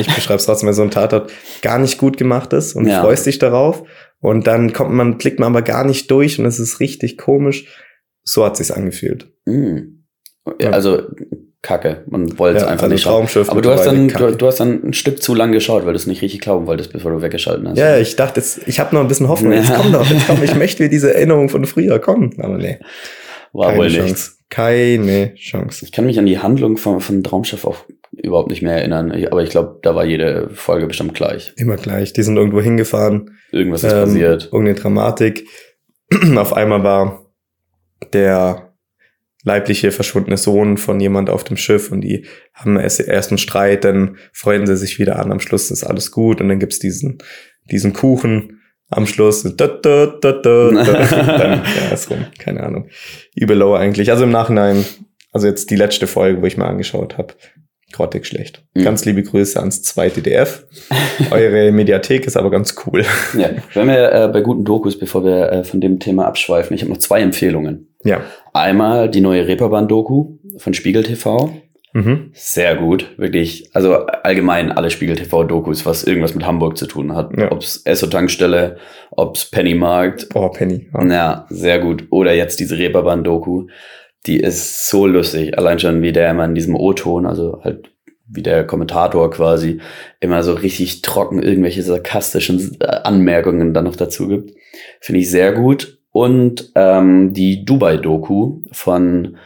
[SPEAKER 3] Ich beschreibe es trotzdem, wenn so ein Tatort gar nicht gut gemacht ist und
[SPEAKER 2] Ja.
[SPEAKER 3] du freust dich darauf und dann kommt man, blickt man aber gar nicht durch und es ist richtig komisch. So hat sich's angefühlt.
[SPEAKER 2] Mm.
[SPEAKER 3] Ja.
[SPEAKER 2] Also, kacke. Man wollte es
[SPEAKER 3] Ja,
[SPEAKER 2] einfach
[SPEAKER 3] also
[SPEAKER 2] nicht. schauen.
[SPEAKER 3] Traumschiff.
[SPEAKER 2] Aber du hast, dann,
[SPEAKER 3] mittlerweile
[SPEAKER 2] du,
[SPEAKER 3] kacke.
[SPEAKER 2] du hast dann ein Stück zu lang geschaut, weil du es nicht richtig glauben wolltest, bevor du weggeschalten hast.
[SPEAKER 3] Ja, ich dachte, jetzt, ich habe noch ein bisschen Hoffnung. Jetzt
[SPEAKER 2] Ja.
[SPEAKER 3] komm doch, jetzt komm, ich möchte wieder diese Erinnerung von früher kommen. Aber nee,
[SPEAKER 2] War wohl nichts.
[SPEAKER 3] Keine Chance.
[SPEAKER 2] Ich kann mich an die Handlung von, von Traumschiff auch überhaupt nicht mehr erinnern. Ich- Aber ich glaube, da war jede Folge bestimmt gleich.
[SPEAKER 3] Immer gleich. Die sind irgendwo hingefahren.
[SPEAKER 2] Irgendwas ist
[SPEAKER 3] ähm,
[SPEAKER 2] passiert.
[SPEAKER 3] Irgendeine Dramatik. auf einmal war der leibliche verschwundene Sohn von jemand auf dem Schiff und die haben erst, erst einen Streit, dann freuen sie sich wieder an. Am Schluss ist alles gut und dann gibt's diesen, diesen Kuchen. Am Schluss, da, da, da, da, da. dann ja, ist rum, keine Ahnung. Übel low eigentlich. Also im Nachhinein, also jetzt die letzte Folge, wo ich mal angeschaut habe, grottig schlecht.
[SPEAKER 2] Mhm.
[SPEAKER 3] Ganz liebe Grüße ans zweite DF. Eure Mediathek ist aber ganz cool.
[SPEAKER 2] Ja, wenn wir äh, bei guten Dokus, bevor wir äh, von dem Thema abschweifen, ich habe noch zwei Empfehlungen.
[SPEAKER 3] Ja.
[SPEAKER 2] Einmal die neue Reeperbahn-Doku von Spiegel TV.
[SPEAKER 3] Mhm.
[SPEAKER 2] Sehr gut, wirklich. Also allgemein alle Spiegel TV-Dokus, was irgendwas mit Hamburg zu tun hat.
[SPEAKER 3] Ja.
[SPEAKER 2] Ob's Esso-Tankstelle, ob's Pennymarkt.
[SPEAKER 3] Oh, Penny. Ja.
[SPEAKER 2] Ja, sehr gut. Oder jetzt diese Reeperbahn-Doku. Die ist so lustig. Allein schon, wie der immer in diesem O-Ton, also halt wie der Kommentator quasi, immer so richtig trocken irgendwelche sarkastischen äh, Anmerkungen dann noch dazu gibt. Finde ich sehr gut. Und ähm, die Dubai-Doku von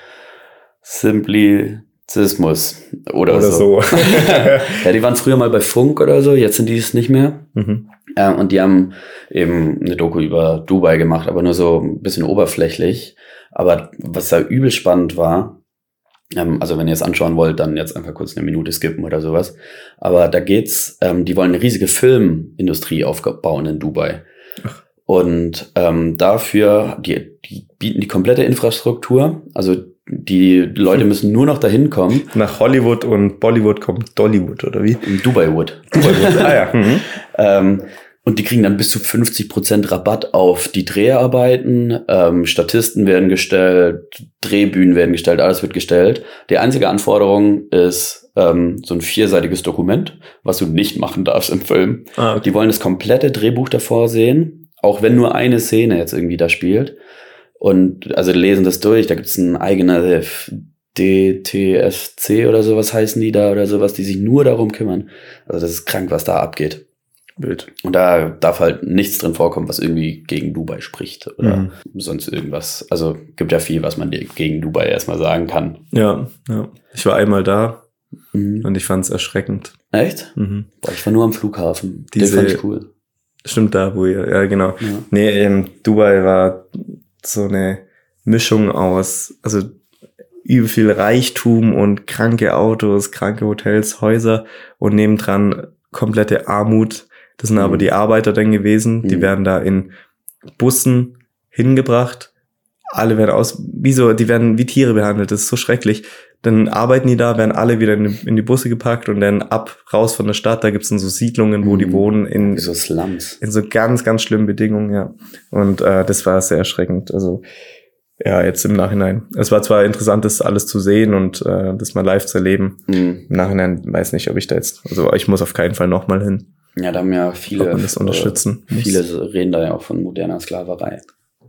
[SPEAKER 2] Simplizismus oder,
[SPEAKER 3] Oder
[SPEAKER 2] so.
[SPEAKER 3] so.
[SPEAKER 2] Ja, die waren früher mal bei Funk oder so, jetzt sind die es nicht mehr.
[SPEAKER 3] mhm.
[SPEAKER 2] Ähm, und die haben eben eine Doku über Dubai gemacht, aber nur so ein bisschen oberflächlich. Aber was da übel spannend war, ähm, also wenn ihr es anschauen wollt, dann jetzt einfach kurz eine Minute skippen oder sowas. Aber da geht's, ähm, die wollen eine riesige Filmindustrie aufbauen in Dubai. Und ähm, dafür, die, die bieten die komplette Infrastruktur, also die Leute müssen nur noch dahin kommen.
[SPEAKER 3] Nach Hollywood und Bollywood kommt Dollywood, oder wie?
[SPEAKER 2] In Dubai Wood.
[SPEAKER 3] Bollywood. ah ja. Mhm.
[SPEAKER 2] Ähm, und die kriegen dann bis zu 50% Rabatt auf die Dreharbeiten. Ähm, Statisten werden gestellt, Drehbühnen werden gestellt, alles wird gestellt. Die einzige Anforderung ist ähm, so ein vierseitiges Dokument, was du nicht machen darfst im Film.
[SPEAKER 3] Ah,
[SPEAKER 2] Die wollen das komplette Drehbuch davor sehen, auch wenn nur eine Szene jetzt irgendwie da spielt. Und also lesen das durch, da gibt's ein eigener F- DTSC oder sowas heißen die da oder sowas, die sich nur darum kümmern. Also das ist krank, was da abgeht.
[SPEAKER 3] Wild.
[SPEAKER 2] Und da darf halt nichts drin vorkommen, was irgendwie gegen Dubai spricht oder
[SPEAKER 3] Mhm.
[SPEAKER 2] sonst irgendwas. Also gibt ja viel, was man dir gegen Dubai erstmal sagen kann.
[SPEAKER 3] Ja, ja. Ich war einmal da und ich fand es erschreckend.
[SPEAKER 2] Echt?
[SPEAKER 3] Mhm.
[SPEAKER 2] Boah, ich war nur am Flughafen.
[SPEAKER 3] Diese-
[SPEAKER 2] Den fand ich cool.
[SPEAKER 3] Stimmt da, wo ihr, ja genau.
[SPEAKER 2] Ja.
[SPEAKER 3] Nee, ähm, Dubai war so eine Mischung aus, also übel viel Reichtum und kranke Autos, kranke Hotels, Häuser und nebendran komplette Armut. Das sind aber
[SPEAKER 2] Mhm.
[SPEAKER 3] die Arbeiter dann gewesen, die
[SPEAKER 2] Mhm.
[SPEAKER 3] werden da in Bussen hingebracht. Alle werden aus, wieso, die werden wie Tiere behandelt, das ist so schrecklich. Dann arbeiten die da, werden alle wieder in die, in die Busse gepackt und dann ab, raus von der Stadt. Da gibt's dann so Siedlungen, wo die
[SPEAKER 2] Mhm.
[SPEAKER 3] wohnen, in,
[SPEAKER 2] So Slums.
[SPEAKER 3] in so ganz, ganz schlimmen Bedingungen, ja. Und äh, das war sehr erschreckend. Also ja, jetzt im Nachhinein. Es war zwar interessant, das alles zu sehen und äh, das mal live zu erleben.
[SPEAKER 2] Mhm.
[SPEAKER 3] Im Nachhinein weiß nicht, ob ich da jetzt, also ich muss auf keinen Fall nochmal hin,
[SPEAKER 2] Ja, da haben ja
[SPEAKER 3] ob
[SPEAKER 2] viele.
[SPEAKER 3] man das unterstützen
[SPEAKER 2] Äh,
[SPEAKER 3] muss.
[SPEAKER 2] viele so- reden da ja auch von moderner Sklaverei.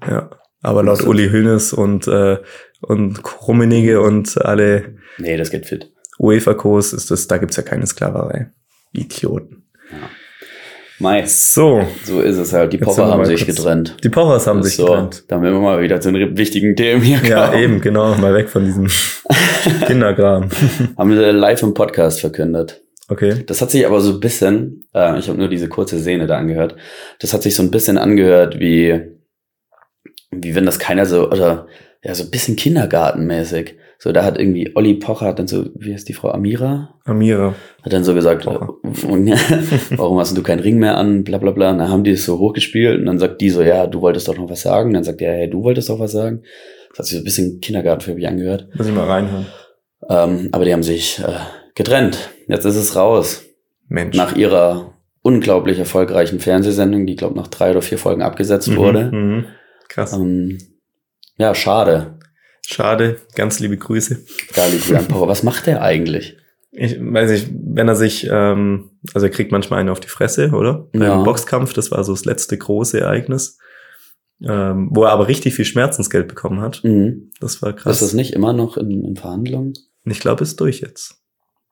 [SPEAKER 3] Ja. Aber laut Uli Hoeneß und, äh, und Rummenigge und alle
[SPEAKER 2] Nee, das geht fit.
[SPEAKER 3] UEFA-Kurs ist das, da gibt's ja keine Sklaverei. Idioten.
[SPEAKER 2] Mai,
[SPEAKER 3] So,
[SPEAKER 2] so ist es halt. Die
[SPEAKER 3] Jetzt
[SPEAKER 2] Popper
[SPEAKER 3] sind wir
[SPEAKER 2] haben
[SPEAKER 3] mal
[SPEAKER 2] sich
[SPEAKER 3] kurz-
[SPEAKER 2] getrennt.
[SPEAKER 3] die Pochers haben sich
[SPEAKER 2] so,
[SPEAKER 3] getrennt.
[SPEAKER 2] Da haben wir mal wieder zu den wichtigen Themen hier
[SPEAKER 3] Ja,
[SPEAKER 2] gekommen.
[SPEAKER 3] eben, genau, mal weg von diesem Kindergram.
[SPEAKER 2] Haben wir live im Podcast verkündet.
[SPEAKER 3] Okay.
[SPEAKER 2] Das hat sich aber so ein bisschen, äh, ich habe nur diese kurze Szene da angehört, das hat sich so ein bisschen angehört wie, wie wenn das keiner so, oder ja, so ein bisschen kindergartenmäßig. So, da hat irgendwie Olli Pocher hat dann so, wie heißt die Frau, Amira?
[SPEAKER 3] Amira.
[SPEAKER 2] Hat dann so gesagt, äh,
[SPEAKER 3] Pocher.
[SPEAKER 2] und, warum hast du keinen Ring mehr an, bla bla bla. Und dann haben die es so hochgespielt und dann sagt die so, ja, du wolltest doch noch was sagen. Dann sagt er, hey, du wolltest doch was sagen. Das hat sich so ein bisschen Kindergarten für mich angehört.
[SPEAKER 3] Muss ich mal reinhören.
[SPEAKER 2] Ähm, aber die haben sich äh, getrennt. Jetzt ist es raus.
[SPEAKER 3] Mensch.
[SPEAKER 2] Nach ihrer unglaublich erfolgreichen Fernsehsendung, die, glaube nach drei oder vier Folgen abgesetzt
[SPEAKER 3] Mhm,
[SPEAKER 2] wurde.
[SPEAKER 3] Mhm. Krass.
[SPEAKER 2] Ähm, ja, schade.
[SPEAKER 3] Schade. Ganz liebe Grüße.
[SPEAKER 2] Gali Grand Power. Was macht der eigentlich?
[SPEAKER 3] Ich weiß nicht, wenn er sich, ähm, also er kriegt manchmal einen auf die Fresse, oder? Beim
[SPEAKER 2] Ja.
[SPEAKER 3] Boxkampf, das war so das letzte große Ereignis, ähm, wo er aber richtig viel Schmerzensgeld bekommen hat.
[SPEAKER 2] Mhm.
[SPEAKER 3] Das war krass.
[SPEAKER 2] Ist das nicht immer noch in, in Verhandlungen?
[SPEAKER 3] Und ich glaube, ist durch jetzt,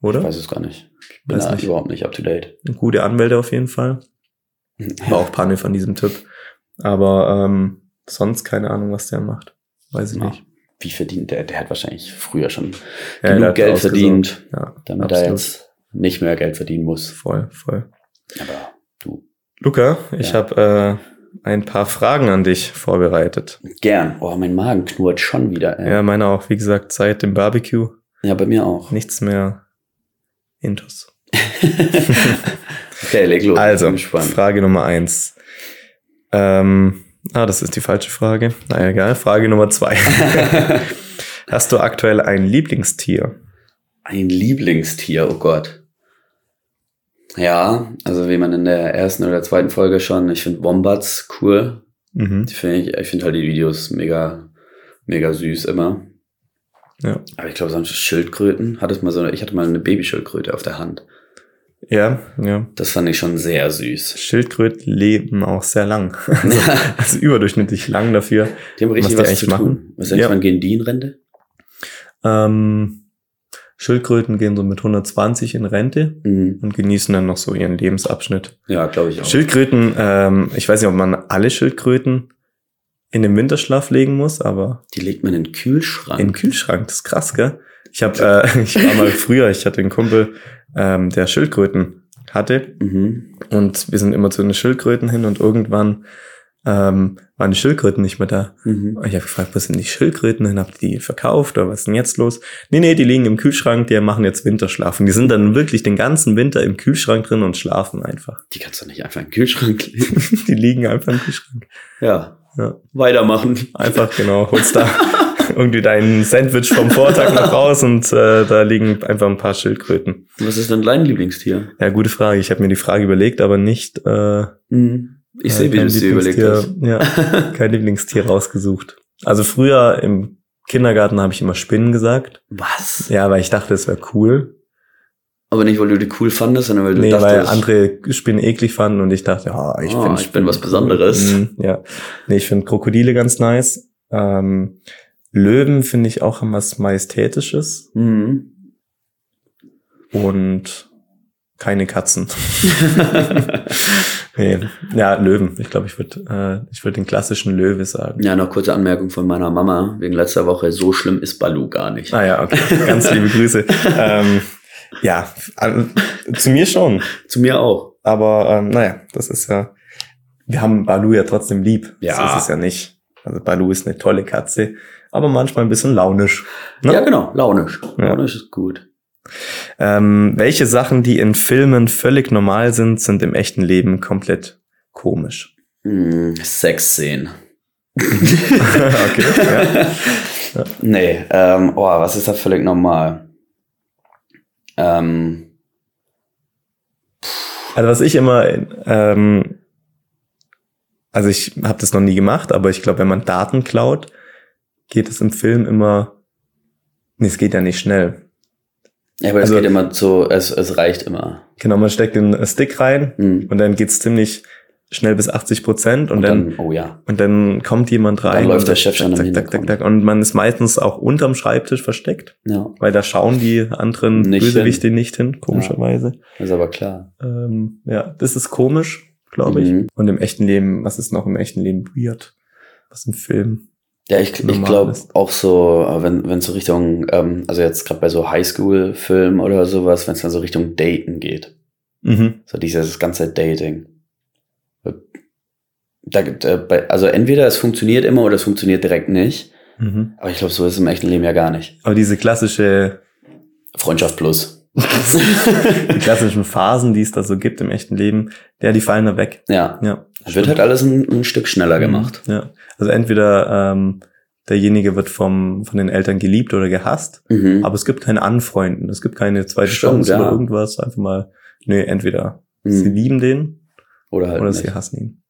[SPEAKER 3] oder?
[SPEAKER 2] Ich weiß es gar nicht. Ich bin
[SPEAKER 3] Weiß
[SPEAKER 2] da
[SPEAKER 3] nicht.
[SPEAKER 2] überhaupt nicht up to date.
[SPEAKER 3] Gute Anwälte auf jeden Fall. War auch Panne von diesem Typ. Aber ähm, sonst keine Ahnung, was der macht. Weiß ich
[SPEAKER 2] Ja.
[SPEAKER 3] nicht.
[SPEAKER 2] Wie verdient der? Der hat wahrscheinlich früher schon
[SPEAKER 3] Ja, der
[SPEAKER 2] genug
[SPEAKER 3] hat
[SPEAKER 2] Geld
[SPEAKER 3] ausgesorgt.
[SPEAKER 2] verdient,
[SPEAKER 3] Ja,
[SPEAKER 2] damit er
[SPEAKER 3] absolut.
[SPEAKER 2] jetzt nicht mehr Geld verdienen muss.
[SPEAKER 3] Voll, voll.
[SPEAKER 2] Aber du,
[SPEAKER 3] Luca, ich
[SPEAKER 2] Ja.
[SPEAKER 3] habe äh, ein paar Fragen an dich vorbereitet.
[SPEAKER 2] gern. Oh, mein Magen knurrt schon wieder.
[SPEAKER 3] Ja,
[SPEAKER 2] Ey. Ja.
[SPEAKER 3] meine auch. Wie gesagt, seit dem Barbecue
[SPEAKER 2] bei mir auch.
[SPEAKER 3] nichts mehr intus.
[SPEAKER 2] okay, leg los. Ich
[SPEAKER 3] Also,
[SPEAKER 2] bin gespannt.
[SPEAKER 3] Frage Nummer eins. Ähm, ah, das ist die falsche Frage. Naja, egal. Frage Nummer zwei. Hast du aktuell ein Lieblingstier?
[SPEAKER 2] Ein Lieblingstier, oh Gott. Ja, also wie man in der ersten oder zweiten Folge schon, ich finde Wombats cool.
[SPEAKER 3] Mhm.
[SPEAKER 2] Die find ich ich finde halt die Videos mega, mega süß immer.
[SPEAKER 3] Ja.
[SPEAKER 2] Aber ich glaube, sonst Schildkröten hatte mal so, ich hatte mal eine Babyschildkröte auf der Hand.
[SPEAKER 3] Ja, ja.
[SPEAKER 2] Das fand ich schon sehr süß.
[SPEAKER 3] Schildkröten leben auch sehr lang. Also, also überdurchschnittlich lang dafür.
[SPEAKER 2] Die haben richtig
[SPEAKER 3] Was die
[SPEAKER 2] was,
[SPEAKER 3] eigentlich
[SPEAKER 2] zu machen. tun.
[SPEAKER 3] machen?
[SPEAKER 2] Was ja.
[SPEAKER 3] Ja.
[SPEAKER 2] man gegen die in Rente?
[SPEAKER 3] Ähm, Schildkröten gehen so mit 120 in Rente
[SPEAKER 2] Mhm.
[SPEAKER 3] und genießen dann noch so ihren Lebensabschnitt.
[SPEAKER 2] Ja, glaube ich auch.
[SPEAKER 3] Schildkröten, ähm, ich weiß nicht, ob man alle Schildkröten in den Winterschlaf legen muss, aber
[SPEAKER 2] die legt man in den Kühlschrank.
[SPEAKER 3] In den Kühlschrank, das ist krass, gell? Ich habe, äh, ich war mal früher, ich hatte einen Kumpel, ähm, der Schildkröten hatte
[SPEAKER 2] mhm.
[SPEAKER 3] und wir sind immer zu den Schildkröten hin und irgendwann ähm, waren die Schildkröten nicht mehr da.
[SPEAKER 2] Mhm.
[SPEAKER 3] Und ich habe gefragt, was sind die Schildkröten hin? Habt ihr die verkauft oder was ist denn jetzt los? Nee, nee, die liegen im Kühlschrank, die machen jetzt Winterschlaf. Und die sind dann wirklich den ganzen Winter im Kühlschrank drin und schlafen einfach.
[SPEAKER 2] Die kannst du nicht einfach in den Kühlschrank legen.
[SPEAKER 3] Die liegen einfach im Kühlschrank.
[SPEAKER 2] ja.
[SPEAKER 3] Ja.
[SPEAKER 2] Weitermachen.
[SPEAKER 3] Einfach, genau, holst da irgendwie dein Sandwich vom Vortag noch raus und äh, da liegen einfach ein paar Schildkröten.
[SPEAKER 2] Was ist denn dein Lieblingstier?
[SPEAKER 3] Ja, gute Frage. Ich habe mir die Frage überlegt, aber nicht. Äh,
[SPEAKER 2] Ich
[SPEAKER 3] äh,
[SPEAKER 2] sehe, wie
[SPEAKER 3] kein
[SPEAKER 2] du es dir überlegt hast.
[SPEAKER 3] Lieblingstier- Ja, kein Lieblingstier rausgesucht. Also früher im Kindergarten habe ich immer Spinnen gesagt.
[SPEAKER 2] Was?
[SPEAKER 3] Ja, weil ich dachte, es wäre cool.
[SPEAKER 2] Aber nicht, weil du die cool fandest, sondern weil du
[SPEAKER 3] nee,
[SPEAKER 2] dachtest,
[SPEAKER 3] weil andere Spinnen eklig fanden und ich dachte, ja, ich,
[SPEAKER 2] Ah,
[SPEAKER 3] find
[SPEAKER 2] ich bin
[SPEAKER 3] Spinnen
[SPEAKER 2] was
[SPEAKER 3] cool.
[SPEAKER 2] Besonderes.
[SPEAKER 3] Mhm, ja. Nee, ich finde Krokodile ganz nice. Ähm, Löwen finde ich auch haben was Majestätisches
[SPEAKER 2] Mhm.
[SPEAKER 3] und keine Katzen. Nee. Ja, Löwen. Ich glaube, ich würde äh, ich würd den klassischen Löwe sagen.
[SPEAKER 2] ja, noch kurze Anmerkung von meiner Mama wegen letzter Woche. So schlimm ist Balu gar nicht.
[SPEAKER 3] Ah ja, okay. Ganz liebe Grüße. ähm, ja, an, zu mir schon.
[SPEAKER 2] Zu mir auch.
[SPEAKER 3] Aber ähm, naja, das ist ja. Wir haben Balu ja trotzdem lieb.
[SPEAKER 2] Ja.
[SPEAKER 3] Das ist es ja nicht. Also Balu ist eine tolle Katze, aber manchmal ein bisschen launisch. Ne?
[SPEAKER 2] Ja, genau. Launisch.
[SPEAKER 3] Ja.
[SPEAKER 2] Launisch ist gut.
[SPEAKER 3] Ähm, welche Sachen, die in Filmen völlig normal sind, sind im echten Leben komplett komisch.
[SPEAKER 2] Mhm. Sexszenen.
[SPEAKER 3] okay.
[SPEAKER 2] Nee, ähm, oh, was ist da völlig normal? Ähm,
[SPEAKER 3] Also was ich immer, ähm, also ich habe das noch nie gemacht, aber ich glaube, wenn man Daten klaut, geht es im Film immer, nee, es geht ja nicht schnell.
[SPEAKER 2] ja, aber
[SPEAKER 3] Also-
[SPEAKER 2] es geht immer so, es, es reicht immer.
[SPEAKER 3] Genau, man steckt den Stick rein
[SPEAKER 2] Mhm.
[SPEAKER 3] und dann geht's ziemlich schnell bis 80 Prozent und,
[SPEAKER 2] Und
[SPEAKER 3] dann,
[SPEAKER 2] dann, oh ja.
[SPEAKER 3] und dann kommt jemand rein.
[SPEAKER 2] läuft
[SPEAKER 3] und
[SPEAKER 2] der Chef schon im
[SPEAKER 3] zack, zack, zack,
[SPEAKER 2] Hintergrund.
[SPEAKER 3] zack, Und man ist meistens auch unterm Schreibtisch versteckt,
[SPEAKER 2] Ja,
[SPEAKER 3] weil da schauen die anderen
[SPEAKER 2] Nicht hin.
[SPEAKER 3] Bösewichte nicht hin, komischerweise.
[SPEAKER 2] ist aber klar.
[SPEAKER 3] Ähm, ja, das ist komisch, glaube ich.
[SPEAKER 2] Mhm.
[SPEAKER 3] Und im echten Leben, was ist noch im echten Leben weird? Was im Film?
[SPEAKER 2] Ja, ich, ich
[SPEAKER 3] normal
[SPEAKER 2] glaube
[SPEAKER 3] ist.
[SPEAKER 2] auch so, äh, wenn wenn so Richtung, ähm, also jetzt gerade bei so Highschool-Filmen oder sowas, wenn es dann so Richtung Daten geht,
[SPEAKER 3] Mhm.
[SPEAKER 2] so dieses ganze Dating. Da gibt, äh, bei, also entweder es funktioniert immer oder es funktioniert direkt nicht.
[SPEAKER 3] Mhm.
[SPEAKER 2] Aber ich glaube, so ist es im echten Leben ja gar nicht.
[SPEAKER 3] Aber diese klassische,
[SPEAKER 2] Freundschaft plus.
[SPEAKER 3] die klassischen Phasen, die es da so gibt im echten Leben, ja, die fallen da weg.
[SPEAKER 2] ja.
[SPEAKER 3] Ja.
[SPEAKER 2] Es wird halt alles ein, ein Stück
[SPEAKER 3] Mhm.
[SPEAKER 2] schneller gemacht.
[SPEAKER 3] Ja. Also entweder ähm, derjenige wird vom, von den Eltern geliebt oder gehasst,
[SPEAKER 2] Mhm.
[SPEAKER 3] aber es gibt kein Anfreunden, es gibt keine zweite
[SPEAKER 2] Stimmt,
[SPEAKER 3] Chance oder
[SPEAKER 2] ja.
[SPEAKER 3] irgendwas. Einfach mal, nee, entweder sie
[SPEAKER 2] Mhm.
[SPEAKER 3] lieben den
[SPEAKER 2] Oder halt
[SPEAKER 3] oder
[SPEAKER 2] nicht.
[SPEAKER 3] sie hassen ihn.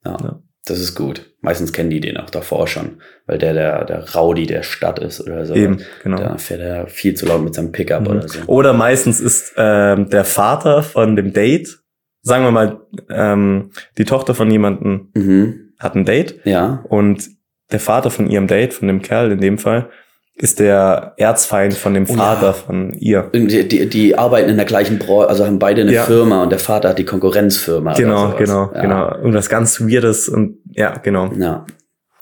[SPEAKER 2] Das ist gut. Meistens kennen die den auch davor schon, weil der der, der Rowdy der Stadt ist oder so.
[SPEAKER 3] Eben, genau.
[SPEAKER 2] Da fährt er viel zu laut mit seinem Pickup
[SPEAKER 3] Mhm.
[SPEAKER 2] oder so.
[SPEAKER 3] Oder meistens ist ähm, der Vater von dem Date, sagen wir mal, ähm, die Tochter von jemandem
[SPEAKER 2] Mhm.
[SPEAKER 3] hat ein Date
[SPEAKER 2] Ja.
[SPEAKER 3] und der Vater von ihrem Date, von dem Kerl in dem Fall, ist der Erzfeind von dem
[SPEAKER 2] Oh ja.
[SPEAKER 3] Vater von ihr.
[SPEAKER 2] Und Die, die, die arbeiten in der gleichen Branche, also haben beide eine
[SPEAKER 3] Ja.
[SPEAKER 2] Firma und der Vater hat die Konkurrenzfirma.
[SPEAKER 3] Genau,
[SPEAKER 2] oder sowas.
[SPEAKER 3] genau,
[SPEAKER 2] ja.
[SPEAKER 3] genau. Irgendwas ganz Weirdes und ja, genau.
[SPEAKER 2] Ja.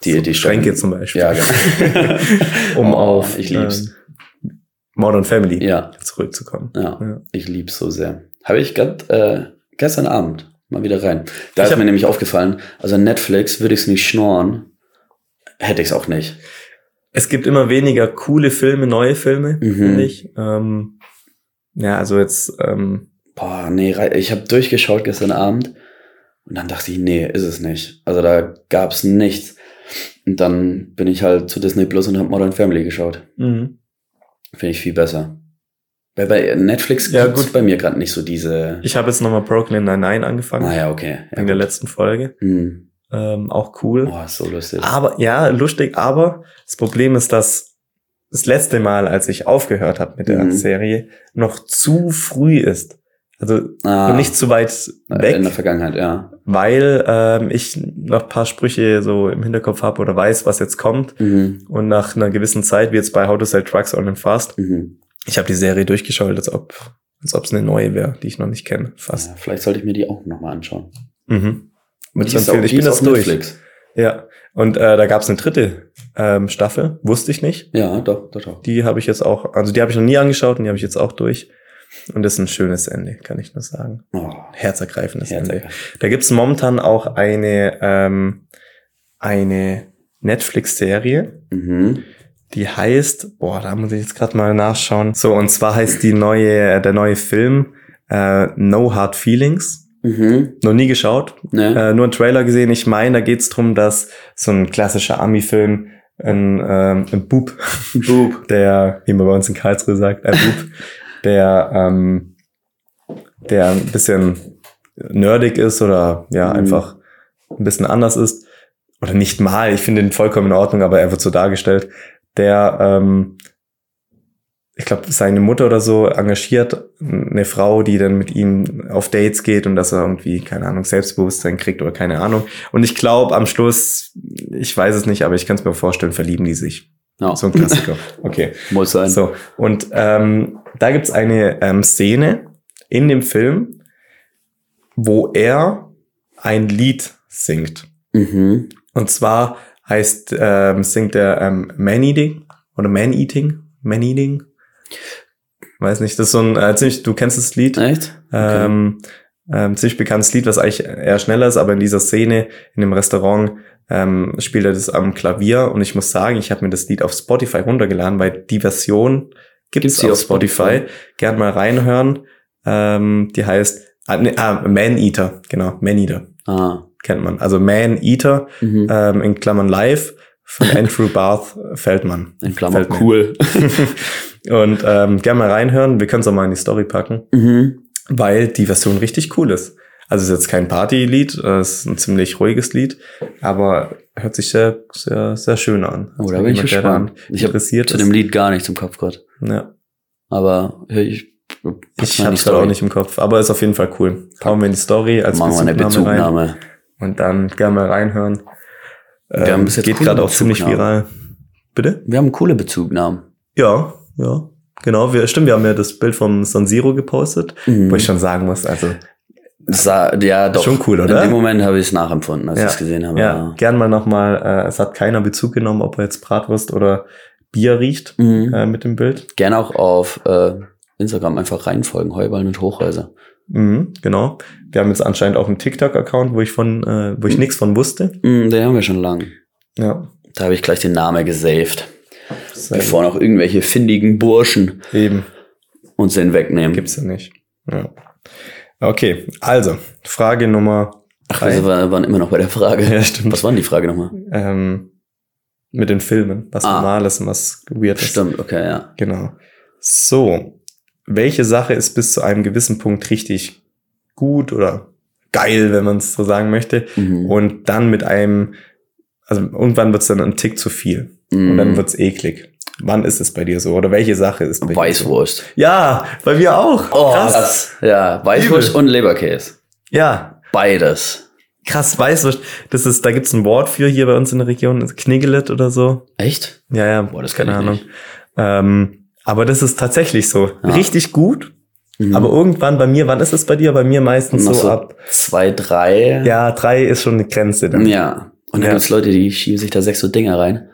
[SPEAKER 2] Die, die
[SPEAKER 3] Schränke zum Beispiel.
[SPEAKER 2] Ja, genau.
[SPEAKER 3] um
[SPEAKER 2] Oh,
[SPEAKER 3] auf
[SPEAKER 2] ich lieb's.
[SPEAKER 3] ähm, Modern Family
[SPEAKER 2] ja,
[SPEAKER 3] zurückzukommen.
[SPEAKER 2] ja,
[SPEAKER 3] Ja.
[SPEAKER 2] ich lieb's so sehr. Habe ich grad, äh, gestern Abend mal wieder rein. Da
[SPEAKER 3] Ich
[SPEAKER 2] ist
[SPEAKER 3] hab-
[SPEAKER 2] mir nämlich aufgefallen, also Netflix würde ich's nicht schnorren, hätte ich's auch nicht.
[SPEAKER 3] Es gibt immer weniger coole Filme, neue Filme,
[SPEAKER 2] Mhm.
[SPEAKER 3] finde ich. Ähm, ja, also jetzt ähm,
[SPEAKER 2] Boah, nee, rei- ich habe durchgeschaut gestern Abend und dann dachte ich, nee, ist es nicht. Also da gab's nichts. Und dann bin ich halt zu Disney Plus und habe Modern Family geschaut.
[SPEAKER 3] Mhm.
[SPEAKER 2] Finde ich viel besser. Weil bei Netflix
[SPEAKER 3] Ja,
[SPEAKER 2] gibt's
[SPEAKER 3] gut.
[SPEAKER 2] bei mir gerade nicht so diese.
[SPEAKER 3] Ich habe jetzt nochmal Brooklyn Nine-Nine angefangen,
[SPEAKER 2] naja, okay. Ah, Ja. Ah,
[SPEAKER 3] in der letzten Folge.
[SPEAKER 2] Hm.
[SPEAKER 3] Ähm, auch cool.
[SPEAKER 2] Boah, ist so lustig.
[SPEAKER 3] Aber, ja, lustig, aber das Problem ist, dass das letzte Mal, als ich aufgehört habe mit der
[SPEAKER 2] Mhm.
[SPEAKER 3] Serie, noch zu früh ist. Also
[SPEAKER 2] Ah,
[SPEAKER 3] und nicht zu weit
[SPEAKER 2] äh, in der
[SPEAKER 3] weg,
[SPEAKER 2] Vergangenheit, ja.
[SPEAKER 3] weil ähm, ich noch ein paar Sprüche so im Hinterkopf habe oder weiß, was jetzt kommt.
[SPEAKER 2] Mhm.
[SPEAKER 3] Und nach einer gewissen Zeit, wie jetzt bei How to Sell Trucks on and Fast,
[SPEAKER 2] Mhm.
[SPEAKER 3] ich habe die Serie durchgeschaut, als ob als ob es eine neue wäre, die ich noch nicht kenne. Fast.
[SPEAKER 2] Ja, vielleicht sollte ich mir die auch nochmal anschauen.
[SPEAKER 3] Mhm. Würde ich
[SPEAKER 2] Die ist
[SPEAKER 3] empfehlen.
[SPEAKER 2] auf-
[SPEAKER 3] Ich
[SPEAKER 2] die
[SPEAKER 3] bin
[SPEAKER 2] ist
[SPEAKER 3] das
[SPEAKER 2] auf
[SPEAKER 3] durch.
[SPEAKER 2] Netflix.
[SPEAKER 3] Ja. Und äh, da gab es eine dritte ähm, Staffel, wusste ich nicht.
[SPEAKER 2] Ja, doch, doch, doch.
[SPEAKER 3] Die habe ich jetzt auch, also die habe ich noch nie angeschaut und die habe ich jetzt auch durch. Und das ist ein schönes Ende, kann ich nur sagen.
[SPEAKER 2] Oh,
[SPEAKER 3] Herzergreifendes Ende.
[SPEAKER 2] Herzergreifend.
[SPEAKER 3] Da gibt's momentan auch eine, ähm, eine Netflix-Serie,
[SPEAKER 2] Mhm.
[SPEAKER 3] die heißt, boah, da muss ich jetzt gerade mal nachschauen. So, und zwar heißt die neue, äh, der neue Film äh, No Hard Feelings.
[SPEAKER 2] Mhm.
[SPEAKER 3] Noch nie geschaut,
[SPEAKER 2] Ne?
[SPEAKER 3] äh, nur einen Trailer gesehen. Ich meine, da geht's drum, dass so ein klassischer Ami-Film ein, ähm, ein Bub,
[SPEAKER 2] Bub.
[SPEAKER 3] der, wie man bei uns in Karlsruhe sagt, ein Bub, der, ähm, der ein bisschen nerdig ist oder ja,
[SPEAKER 2] Mhm.
[SPEAKER 3] einfach ein bisschen anders ist. Oder nicht mal, ich finde ihn vollkommen in Ordnung, aber er wird so dargestellt, der, ähm, ich glaube, seine Mutter oder so engagiert eine Frau, die dann mit ihm auf Dates geht und dass er irgendwie, keine Ahnung, Selbstbewusstsein kriegt oder keine Ahnung. Und ich glaube, am Schluss, ich weiß es nicht, aber ich kann es mir vorstellen, verlieben die sich.
[SPEAKER 2] Ja.
[SPEAKER 3] So ein Klassiker. Okay.
[SPEAKER 2] Muss sein.
[SPEAKER 3] So, und ähm, da gibt's eine ähm, Szene in dem Film, wo er ein Lied singt.
[SPEAKER 2] Mhm.
[SPEAKER 3] Und zwar heißt, ähm, singt er ähm, Man-Eating oder Man-Eating? Man-Eating? Weiß nicht, das ist so ein äh, ziemlich, du kennst das Lied?
[SPEAKER 2] Echt? Okay.
[SPEAKER 3] Ähm, ähm, ziemlich bekanntes Lied, was eigentlich eher schneller ist, aber in dieser Szene, in dem Restaurant, ähm, spielt er das am Klavier und ich muss sagen, ich habe mir das Lied auf Spotify runtergeladen, weil die Version gibt
[SPEAKER 2] Gibt's
[SPEAKER 3] es
[SPEAKER 2] die
[SPEAKER 3] auf
[SPEAKER 2] auf
[SPEAKER 3] Spotify. Gern mal reinhören. Ähm, die heißt ah, nee, ah, Man Eater, genau, Man Eater
[SPEAKER 2] Ah.
[SPEAKER 3] kennt man. Also Man Eater
[SPEAKER 2] Mhm.
[SPEAKER 3] ähm, in Klammern Live von Andrew Barth Feldmann.
[SPEAKER 2] In Klammern
[SPEAKER 3] Feldman.
[SPEAKER 2] cool.
[SPEAKER 3] und ähm, gerne mal reinhören. Wir können es auch mal in die Story packen
[SPEAKER 2] Mhm.
[SPEAKER 3] weil die Version richtig cool ist. Also es ist jetzt kein Partylied, äh, es ist ein ziemlich ruhiges Lied, aber hört sich sehr, sehr, sehr schön an. Also
[SPEAKER 2] Oh, da bin ich
[SPEAKER 3] Jemand, der daran
[SPEAKER 2] gespannt. Ich habe
[SPEAKER 3] interessiert
[SPEAKER 2] zu
[SPEAKER 3] ist.
[SPEAKER 2] dem Lied gar nichts im Kopf gehabt.
[SPEAKER 3] Ja,
[SPEAKER 2] Aber ich, pack's
[SPEAKER 3] ich
[SPEAKER 2] mal in die
[SPEAKER 3] habe es gerade auch
[SPEAKER 2] Story.
[SPEAKER 3] nicht im Kopf, aber ist auf jeden Fall cool. Hauen wir in die Story als
[SPEAKER 2] Machen wir eine
[SPEAKER 3] Bezugnahme rein
[SPEAKER 2] Bezugnahme.
[SPEAKER 3] und dann gerne mal reinhören. Ähm,
[SPEAKER 2] Wir haben bis jetzt
[SPEAKER 3] geht
[SPEAKER 2] coole
[SPEAKER 3] gerade auch ziemlich
[SPEAKER 2] Bezugnahmen.
[SPEAKER 3] viral. Bitte?
[SPEAKER 2] Wir haben coole Bezugnahmen.
[SPEAKER 3] Ja, ja. Genau, wir, stimmt, wir haben ja das Bild vom San Siro gepostet,
[SPEAKER 2] Mhm.
[SPEAKER 3] wo ich schon sagen muss, also
[SPEAKER 2] Das sah, ja, doch.
[SPEAKER 3] Schon cool, oder?
[SPEAKER 2] In dem Moment habe ich es nachempfunden, als
[SPEAKER 3] Ja.
[SPEAKER 2] ich es gesehen habe.
[SPEAKER 3] Ja, gern mal nochmal, äh, es hat keiner Bezug genommen, ob er jetzt Bratwurst oder Bier riecht
[SPEAKER 2] Mhm.
[SPEAKER 3] äh, mit dem Bild.
[SPEAKER 2] Gerne auch auf äh, Instagram einfach reinfolgen, Heuballen und Hochhäuser.
[SPEAKER 3] Mhm, genau. Wir haben jetzt anscheinend auch einen TikTok-Account, wo ich von, äh, wo ich
[SPEAKER 2] Mhm.
[SPEAKER 3] nichts von wusste.
[SPEAKER 2] Mhm, den haben wir schon lang.
[SPEAKER 3] Ja.
[SPEAKER 2] Da habe ich gleich den Namen gesaved.
[SPEAKER 3] Sein-
[SPEAKER 2] bevor noch irgendwelche findigen Burschen
[SPEAKER 3] Eben.
[SPEAKER 2] uns den wegnehmen.
[SPEAKER 3] Gibt's ja nicht. Ja. Okay, also, Frage Nummer
[SPEAKER 2] Ach,
[SPEAKER 3] drei.
[SPEAKER 2] Also, wir wa- waren immer noch bei der Frage.
[SPEAKER 3] ja, stimmt.
[SPEAKER 2] Was war denn die Frage nochmal?
[SPEAKER 3] Ähm, mit den Filmen, was
[SPEAKER 2] Ah.
[SPEAKER 3] normal ist und was weird ist.
[SPEAKER 2] Stimmt, okay, ja.
[SPEAKER 3] Genau. So, welche Sache ist bis zu einem gewissen Punkt richtig gut oder geil, wenn man es so sagen möchte?
[SPEAKER 2] Mhm.
[SPEAKER 3] Und dann mit einem, also irgendwann wird es dann ein Tick zu viel und dann
[SPEAKER 2] Mhm.
[SPEAKER 3] wird es eklig. Wann ist es bei dir so? Oder welche Sache ist bei dir so?
[SPEAKER 2] Weißwurst.
[SPEAKER 3] Ja, bei mir auch.
[SPEAKER 2] Oh,
[SPEAKER 3] krass.
[SPEAKER 2] krass. Ja, Weißwurst
[SPEAKER 3] Übel.
[SPEAKER 2] und Leberkäse.
[SPEAKER 3] Ja,
[SPEAKER 2] Beides.
[SPEAKER 3] krass, Weißwurst. Das ist, da gibt's ein Wort für hier bei uns in der Region, das Kniggelet oder so.
[SPEAKER 2] Echt?
[SPEAKER 3] Ja, ja.
[SPEAKER 2] Boah, das kann
[SPEAKER 3] keine
[SPEAKER 2] ich
[SPEAKER 3] Ahnung.
[SPEAKER 2] nicht.
[SPEAKER 3] Ähm, aber das ist tatsächlich so.
[SPEAKER 2] Ja.
[SPEAKER 3] Richtig gut,
[SPEAKER 2] Mhm.
[SPEAKER 3] Aber irgendwann bei mir, wann ist es bei dir? Bei mir meistens so,
[SPEAKER 2] Noch so
[SPEAKER 3] ab.
[SPEAKER 2] zwei, drei.
[SPEAKER 3] Ja, drei ist schon eine Grenze dann. Ja.
[SPEAKER 2] Ja. Und dann
[SPEAKER 3] Ja.
[SPEAKER 2] gibt's Leute, die schieben sich da sechs so Dinger rein.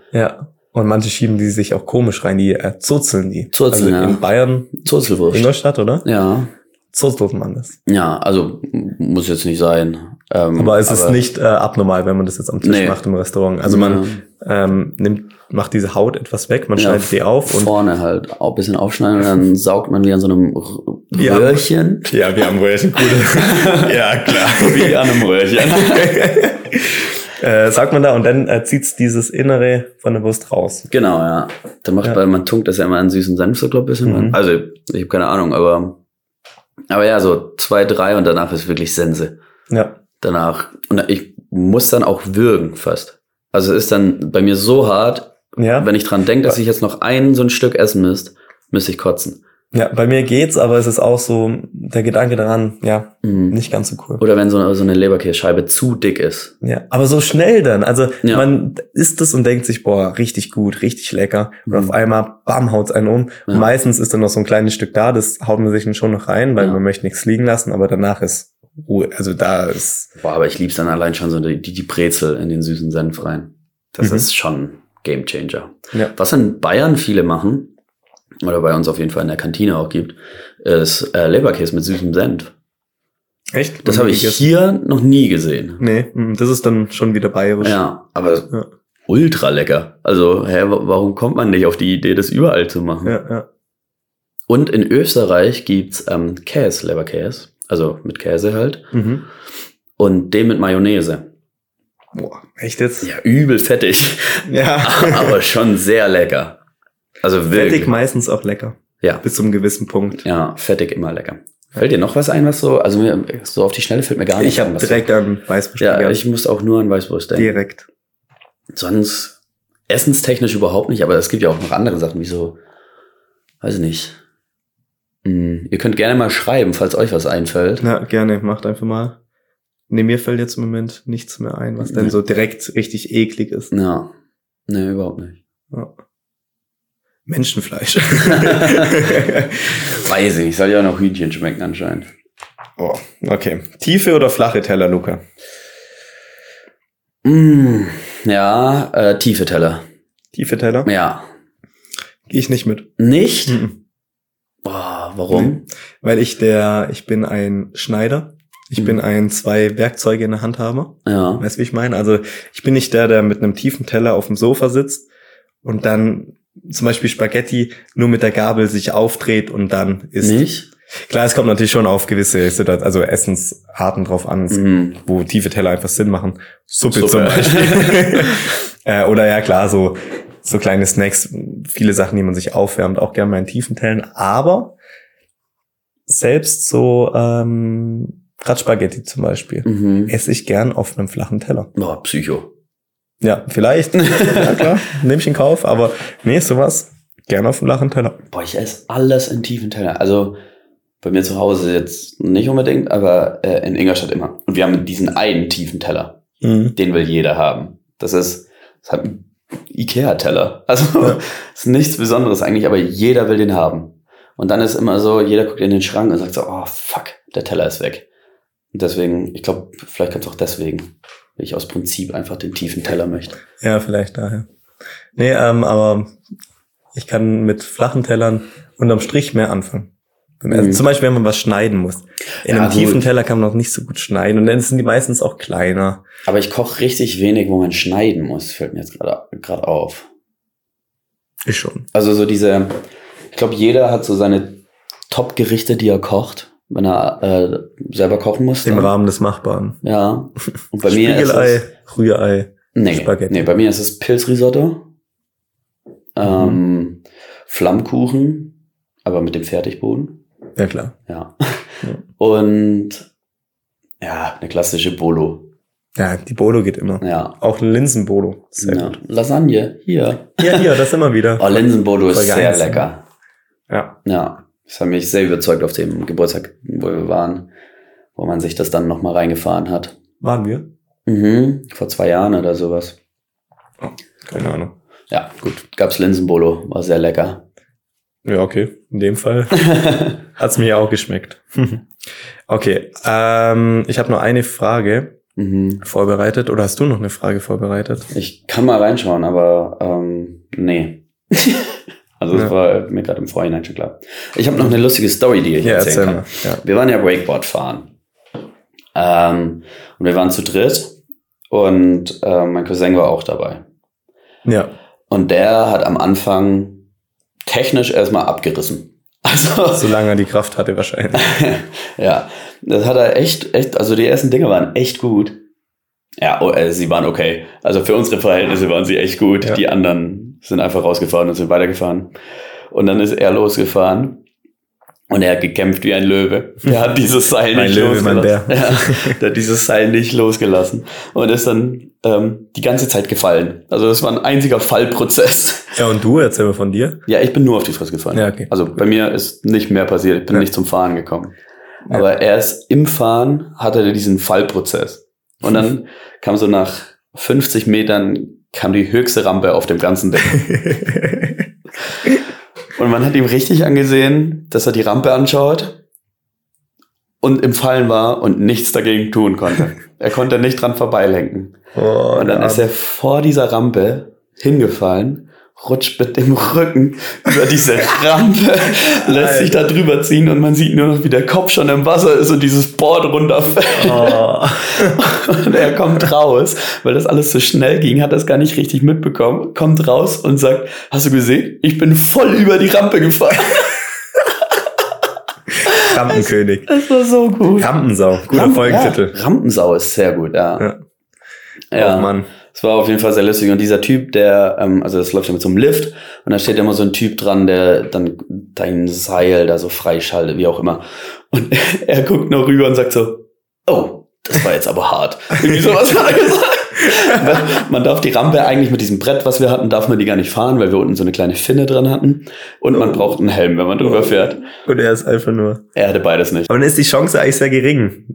[SPEAKER 3] Und manche schieben die sich auch komisch rein, die äh, zurzeln die.
[SPEAKER 2] Zurzeln,
[SPEAKER 3] also
[SPEAKER 2] ja.
[SPEAKER 3] in Bayern,
[SPEAKER 2] Zurzelwurst.
[SPEAKER 3] Ingolstadt, oder?
[SPEAKER 2] Ja.
[SPEAKER 3] Zurzelt man das.
[SPEAKER 2] Ja, also m- muss jetzt nicht sein. Ähm,
[SPEAKER 3] Aber es ist nicht äh, abnormal, wenn man das jetzt am Tisch
[SPEAKER 2] Nee.
[SPEAKER 3] macht im Restaurant. Also man ähm, nimmt, macht diese Haut etwas weg, man
[SPEAKER 2] Ja,
[SPEAKER 3] schneidet die auf und.
[SPEAKER 2] vorne halt auch ein bisschen aufschneiden und dann saugt man wie an so einem R-
[SPEAKER 3] Ja.
[SPEAKER 2] Röhrchen.
[SPEAKER 3] Ja, wir haben Röhrchen, cool. ja, klar.
[SPEAKER 2] Wie an einem Röhrchen.
[SPEAKER 3] äh, sagt man da und dann äh, zieht's dieses Innere von der Wurst raus.
[SPEAKER 2] genau, ja. Dann macht
[SPEAKER 3] Ja.
[SPEAKER 2] man, man tunkt das ja immer an süßen Senf so glaub ich, bisschen.
[SPEAKER 3] Mhm.
[SPEAKER 2] Also ich habe keine Ahnung, aber aber ja, so zwei, drei und danach ist wirklich Sense.
[SPEAKER 3] Ja.
[SPEAKER 2] danach. Und ich muss dann auch würgen fast. Also es ist dann bei mir so hart,
[SPEAKER 3] Ja.
[SPEAKER 2] wenn ich dran denke, dass ich jetzt noch ein so ein Stück essen müsste, müsste ich kotzen.
[SPEAKER 3] Ja, bei mir geht's, aber es ist auch so der Gedanke daran, ja,
[SPEAKER 2] Mhm.
[SPEAKER 3] nicht ganz so cool.
[SPEAKER 2] Oder wenn so eine, so eine Leberkässcheibe zu dick ist.
[SPEAKER 3] Ja, aber so schnell dann. Also
[SPEAKER 2] Ja.
[SPEAKER 3] man isst es und denkt sich, boah, richtig gut, richtig lecker. Und
[SPEAKER 2] Mhm.
[SPEAKER 3] auf einmal, bam, haut's einen um.
[SPEAKER 2] Ja.
[SPEAKER 3] Und meistens ist dann noch so ein kleines Stück da, das haut man sich dann schon noch rein, weil
[SPEAKER 2] Ja.
[SPEAKER 3] man möchte nichts liegen lassen, aber danach ist Ruhe. Also da ist,
[SPEAKER 2] Boah, aber ich lieb's dann allein schon so die, die die Brezel in den süßen Senf rein. Das
[SPEAKER 3] Mhm.
[SPEAKER 2] ist schon Game Changer.
[SPEAKER 3] Ja.
[SPEAKER 2] Was in Bayern viele machen, oder bei uns auf jeden Fall in der Kantine auch gibt, ist äh, Leberkäse mit süßem Senf.
[SPEAKER 3] echt?
[SPEAKER 2] Das habe ich hier noch nie gesehen.
[SPEAKER 3] Nee, mm, das ist dann schon wieder bayerisch.
[SPEAKER 2] Ja, aber
[SPEAKER 3] Ja.
[SPEAKER 2] ultra lecker. Also, hä, wa- warum kommt man nicht auf die Idee, das überall zu machen?
[SPEAKER 3] Ja, ja.
[SPEAKER 2] Und in Österreich gibt's ähm, Käse, Leberkäse, also mit Käse halt,
[SPEAKER 3] Mhm.
[SPEAKER 2] und den mit Mayonnaise.
[SPEAKER 3] Boah, echt jetzt?
[SPEAKER 2] Ja, übel fettig,
[SPEAKER 3] ja.
[SPEAKER 2] aber schon sehr lecker. Also wirklich.
[SPEAKER 3] Fettig meistens auch lecker.
[SPEAKER 2] ja,
[SPEAKER 3] Bis zu einem gewissen Punkt.
[SPEAKER 2] ja, fettig immer lecker. Fällt dir noch was ein, was so, also mir, so auf die Schnelle fällt mir gar nicht
[SPEAKER 3] Ich habe
[SPEAKER 2] ein, was
[SPEAKER 3] direkt an Weißwurst
[SPEAKER 2] So, ja,
[SPEAKER 3] gedacht.
[SPEAKER 2] ich muss auch nur an Weißwurst denken.
[SPEAKER 3] Direkt.
[SPEAKER 2] sonst essenstechnisch überhaupt nicht, aber es gibt ja auch noch andere Sachen, wie so, weiß ich nicht. Hm, ihr könnt gerne mal schreiben, falls euch was einfällt.
[SPEAKER 3] Na, gerne, macht einfach mal. Ne, mir fällt jetzt im Moment nichts mehr ein, was denn
[SPEAKER 2] Nee.
[SPEAKER 3] so direkt richtig eklig ist.
[SPEAKER 2] Ja. Nee, überhaupt nicht.
[SPEAKER 3] Menschenfleisch.
[SPEAKER 2] Weiß ich nicht, soll ja auch noch Hühnchen schmecken anscheinend.
[SPEAKER 3] oh, okay. Tiefe oder flache Teller, Luca?
[SPEAKER 2] Mm, ja, äh, tiefe Teller.
[SPEAKER 3] Tiefe Teller?
[SPEAKER 2] Ja.
[SPEAKER 3] Geh ich nicht mit.
[SPEAKER 2] Nicht?
[SPEAKER 3] Mhm.
[SPEAKER 2] Boah, warum?
[SPEAKER 3] Weil ich der, ich bin ein Schneider. Ich
[SPEAKER 2] Mhm.
[SPEAKER 3] bin ein zwei Werkzeuge in der Hand habe.
[SPEAKER 2] Ja.
[SPEAKER 3] Weißt du, wie ich meine? Also ich bin nicht der, der mit einem tiefen Teller auf dem Sofa sitzt und dann zum Beispiel Spaghetti nur mit der Gabel sich aufdreht und dann isst.
[SPEAKER 2] Nicht?
[SPEAKER 3] Klar, es kommt natürlich schon auf gewisse Situationen, also Essensarten drauf an,
[SPEAKER 2] Mhm.
[SPEAKER 3] wo tiefe Teller einfach Sinn machen. Suppe,
[SPEAKER 2] Suppe.
[SPEAKER 3] zum Beispiel. äh, oder ja, klar, so, so kleine Snacks, viele Sachen, die man sich aufwärmt, auch gerne mal in tiefen Tellern. Aber selbst so ähm, Radspaghetti zum Beispiel
[SPEAKER 2] Mhm.
[SPEAKER 3] esse ich gern auf einem flachen Teller.
[SPEAKER 2] Boah, Psycho.
[SPEAKER 3] Ja, vielleicht. ja, klar, nehme ich in Kauf, aber nee, sowas gern auf einem flachen Teller.
[SPEAKER 2] Boah, ich esse alles in tiefen Teller. Also bei mir zu Hause jetzt nicht unbedingt, aber äh, in Ingolstadt immer. Und wir haben diesen einen tiefen Teller.
[SPEAKER 3] Mhm.
[SPEAKER 2] Den will jeder haben. Das ist, das hat ein Ikea-Teller. Also
[SPEAKER 3] Ja.
[SPEAKER 2] ist nichts Besonderes eigentlich, aber jeder will den haben. Und dann ist immer so, jeder guckt in den Schrank und sagt so, oh fuck, der Teller ist weg. Und deswegen, ich glaube, vielleicht kommt es auch deswegen, weil ich aus Prinzip einfach den tiefen Teller möchte.
[SPEAKER 3] Ja, vielleicht daher. Nee, ähm, aber ich kann mit flachen Tellern unterm Strich mehr anfangen. Beim Essen.
[SPEAKER 2] Mhm.
[SPEAKER 3] Zum Beispiel, wenn man was schneiden muss. In
[SPEAKER 2] Ja,
[SPEAKER 3] einem tiefen
[SPEAKER 2] gut.
[SPEAKER 3] Teller kann man noch nicht so gut schneiden und dann sind die meistens auch kleiner.
[SPEAKER 2] Aber ich koche richtig wenig, wo man schneiden muss, fällt mir jetzt gerade gerade auf.
[SPEAKER 3] Ich schon.
[SPEAKER 2] Also so diese, ich glaube, jeder hat so seine Top-Gerichte, die er kocht, wenn er äh, selber kochen muss.
[SPEAKER 3] Im
[SPEAKER 2] dann-
[SPEAKER 3] Rahmen des Machbaren.
[SPEAKER 2] Ja. Und bei mir ist
[SPEAKER 3] Spiegelei,
[SPEAKER 2] es,
[SPEAKER 3] Rührei.
[SPEAKER 2] nee,
[SPEAKER 3] Spaghetti.
[SPEAKER 2] nee, bei mir ist es Pilzrisotto, ähm, Flammkuchen, aber mit dem Fertigboden.
[SPEAKER 3] Ja klar.
[SPEAKER 2] Ja.
[SPEAKER 3] Ja.
[SPEAKER 2] Und ja, eine klassische Bolo.
[SPEAKER 3] Ja, die Bolo geht immer.
[SPEAKER 2] Ja.
[SPEAKER 3] Auch ein Linsenbolo. Sehr
[SPEAKER 2] ja.
[SPEAKER 3] gut.
[SPEAKER 2] Lasagne, hier.
[SPEAKER 3] Ja, ja, das immer wieder.
[SPEAKER 2] Oh, Linsenbolo ist
[SPEAKER 3] Folge
[SPEAKER 2] sehr
[SPEAKER 3] eins.
[SPEAKER 2] lecker.
[SPEAKER 3] Ja.
[SPEAKER 2] Ja, das hat mich sehr überzeugt auf dem Geburtstag, wo wir waren, wo man sich das dann nochmal reingefahren hat.
[SPEAKER 3] Waren wir?
[SPEAKER 2] Mhm, vor zwei Jahren oder sowas.
[SPEAKER 3] Keine Ahnung.
[SPEAKER 2] Ja, gut, gab's Linsenbolo, war sehr lecker.
[SPEAKER 3] Ja, okay. In dem Fall hat's mir ja auch geschmeckt. okay. Ähm, ich habe nur eine Frage
[SPEAKER 2] mhm.
[SPEAKER 3] vorbereitet. Oder hast du noch eine Frage vorbereitet?
[SPEAKER 2] Ich kann mal reinschauen, aber ähm, nee. also
[SPEAKER 3] Ja.
[SPEAKER 2] das war mir gerade im Vorhinein schon klar. Ich habe noch eine lustige Story, die ich
[SPEAKER 3] Ja,
[SPEAKER 2] erzählen
[SPEAKER 3] erzähl
[SPEAKER 2] kann.
[SPEAKER 3] mal. Ja.
[SPEAKER 2] Wir waren ja Wakeboard fahren. Ähm, und wir waren zu dritt und äh, mein Cousin war auch dabei.
[SPEAKER 3] ja.
[SPEAKER 2] Und der hat am Anfang technisch erstmal abgerissen. Also,
[SPEAKER 3] Solange er die Kraft hatte wahrscheinlich.
[SPEAKER 2] ja, das hat er echt, echt, also die ersten Dinge waren echt gut. Ja, oh, äh, sie waren okay. Also für unsere Verhältnisse waren sie echt gut.
[SPEAKER 3] Ja.
[SPEAKER 2] Die anderen sind einfach rausgefahren und sind weitergefahren. Und dann ist er losgefahren und er hat gekämpft wie ein Löwe. Er hat dieses Seil
[SPEAKER 3] Mein
[SPEAKER 2] nicht
[SPEAKER 3] Löwe, mein
[SPEAKER 2] losgelassen. Ja, der hat dieses Seil nicht losgelassen und ist dann ähm, die ganze Zeit gefallen. Also das war ein einziger Fallprozess.
[SPEAKER 3] Ja, und du? Erzähl mal von dir.
[SPEAKER 2] Ja, ich bin nur auf die Fresse gefallen.
[SPEAKER 3] Ja, okay.
[SPEAKER 2] Also bei mir ist nicht mehr passiert. Ich bin
[SPEAKER 3] Ja.
[SPEAKER 2] nicht zum Fahren gekommen.
[SPEAKER 3] Ja.
[SPEAKER 2] Aber erst im Fahren hatte er diesen Fallprozess. Und dann kam so nach 50 Metern kam die höchste Rampe auf dem ganzen Ding. Und man hat ihm richtig angesehen, dass er die Rampe anschaut und im Fallen war und nichts dagegen tun konnte. Er konnte nicht dran vorbeilenken.
[SPEAKER 3] Oh,
[SPEAKER 2] Und dann
[SPEAKER 3] der
[SPEAKER 2] ist er vor dieser Rampe hingefallen, rutscht mit dem Rücken über diese Rampe, lässt sich da drüber ziehen und man sieht nur noch, wie der Kopf schon im Wasser ist und dieses Board runterfällt.
[SPEAKER 3] Oh.
[SPEAKER 2] Und er kommt raus, weil das alles so schnell ging, hat das gar nicht richtig mitbekommen, kommt raus und sagt, hast du gesehen, ich bin voll über die Rampe gefallen.
[SPEAKER 3] Rampenkönig.
[SPEAKER 2] Das war so gut.
[SPEAKER 3] Rampensau. Guter
[SPEAKER 2] Rampen-
[SPEAKER 3] Folgentitel.
[SPEAKER 2] Ja, Rampensau ist sehr gut, ja. Ja,
[SPEAKER 3] Oh Mann.
[SPEAKER 2] Es war auf jeden Fall sehr lustig. Und dieser Typ, der, ähm, also das läuft ja mit so einem Lift und da steht immer so ein Typ dran, der dann dein Seil da so freischaltet, wie auch immer. Und er guckt noch rüber und sagt so, oh, das war jetzt aber hart. Irgendwie sowas hat er gesagt. Man darf die Rampe eigentlich mit diesem Brett, was wir hatten, darf man die gar nicht fahren, weil wir unten so eine kleine Finne dran hatten. Und
[SPEAKER 3] Oh.
[SPEAKER 2] man braucht einen Helm, wenn man drüber fährt.
[SPEAKER 3] Und er ist einfach nur.
[SPEAKER 2] Er hatte beides nicht.
[SPEAKER 3] Aber dann ist die Chance eigentlich sehr gering,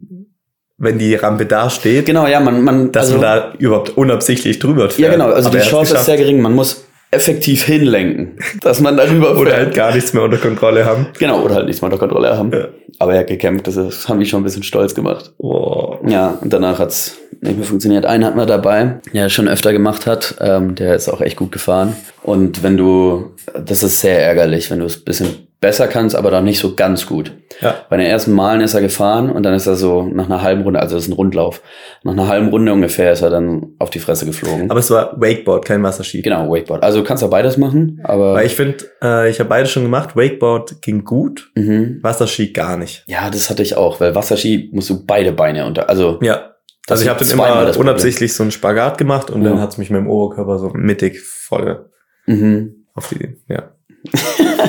[SPEAKER 3] wenn die Rampe da steht,
[SPEAKER 2] Genau, ja, man, man,
[SPEAKER 3] dass man da überhaupt unabsichtlich drüber fährt.
[SPEAKER 2] ja genau, also
[SPEAKER 3] Aber
[SPEAKER 2] die
[SPEAKER 3] er hat's
[SPEAKER 2] Chance ist
[SPEAKER 3] geschafft.
[SPEAKER 2] sehr gering. Man muss effektiv hinlenken, dass man darüber
[SPEAKER 3] Oder halt gar nichts mehr unter Kontrolle haben.
[SPEAKER 2] Genau, oder halt nichts mehr unter Kontrolle haben.
[SPEAKER 3] Ja.
[SPEAKER 2] Aber er hat gekämpft, das ist- haben die schon ein bisschen stolz gemacht.
[SPEAKER 3] Oh.
[SPEAKER 2] Ja, und danach hat's nicht mehr funktioniert. Einen hatten wir dabei, der es schon öfter gemacht hat. Ähm, der ist auch echt gut gefahren. Und wenn du, das ist sehr ärgerlich, wenn du es ein bisschen besser kannst, aber dann nicht so ganz gut.
[SPEAKER 3] Ja.
[SPEAKER 2] Bei den ersten Malen ist er gefahren und dann ist er so nach einer halben Runde, also das ist ein Rundlauf, nach einer halben Runde ungefähr ist er dann auf die Fresse geflogen.
[SPEAKER 3] Aber es war Wakeboard, kein Wasserski.
[SPEAKER 2] genau, Wakeboard. Also du kannst ja beides machen, aber
[SPEAKER 3] Weil ich finde, äh, ich habe beide schon gemacht. Wakeboard ging gut,
[SPEAKER 2] mhm.
[SPEAKER 3] Wasserski gar nicht.
[SPEAKER 2] ja, das hatte ich auch, weil Wasserski musst du beide Beine unter, also
[SPEAKER 3] Ja.
[SPEAKER 2] Das
[SPEAKER 3] also ich
[SPEAKER 2] sind
[SPEAKER 3] habe dann
[SPEAKER 2] zweimal das
[SPEAKER 3] immer
[SPEAKER 2] Problem.
[SPEAKER 3] unabsichtlich so einen Spagat gemacht und dann
[SPEAKER 2] Ja.
[SPEAKER 3] hat's mich mit dem Oberkörper so mittig voll
[SPEAKER 2] mhm.
[SPEAKER 3] auf die, ja,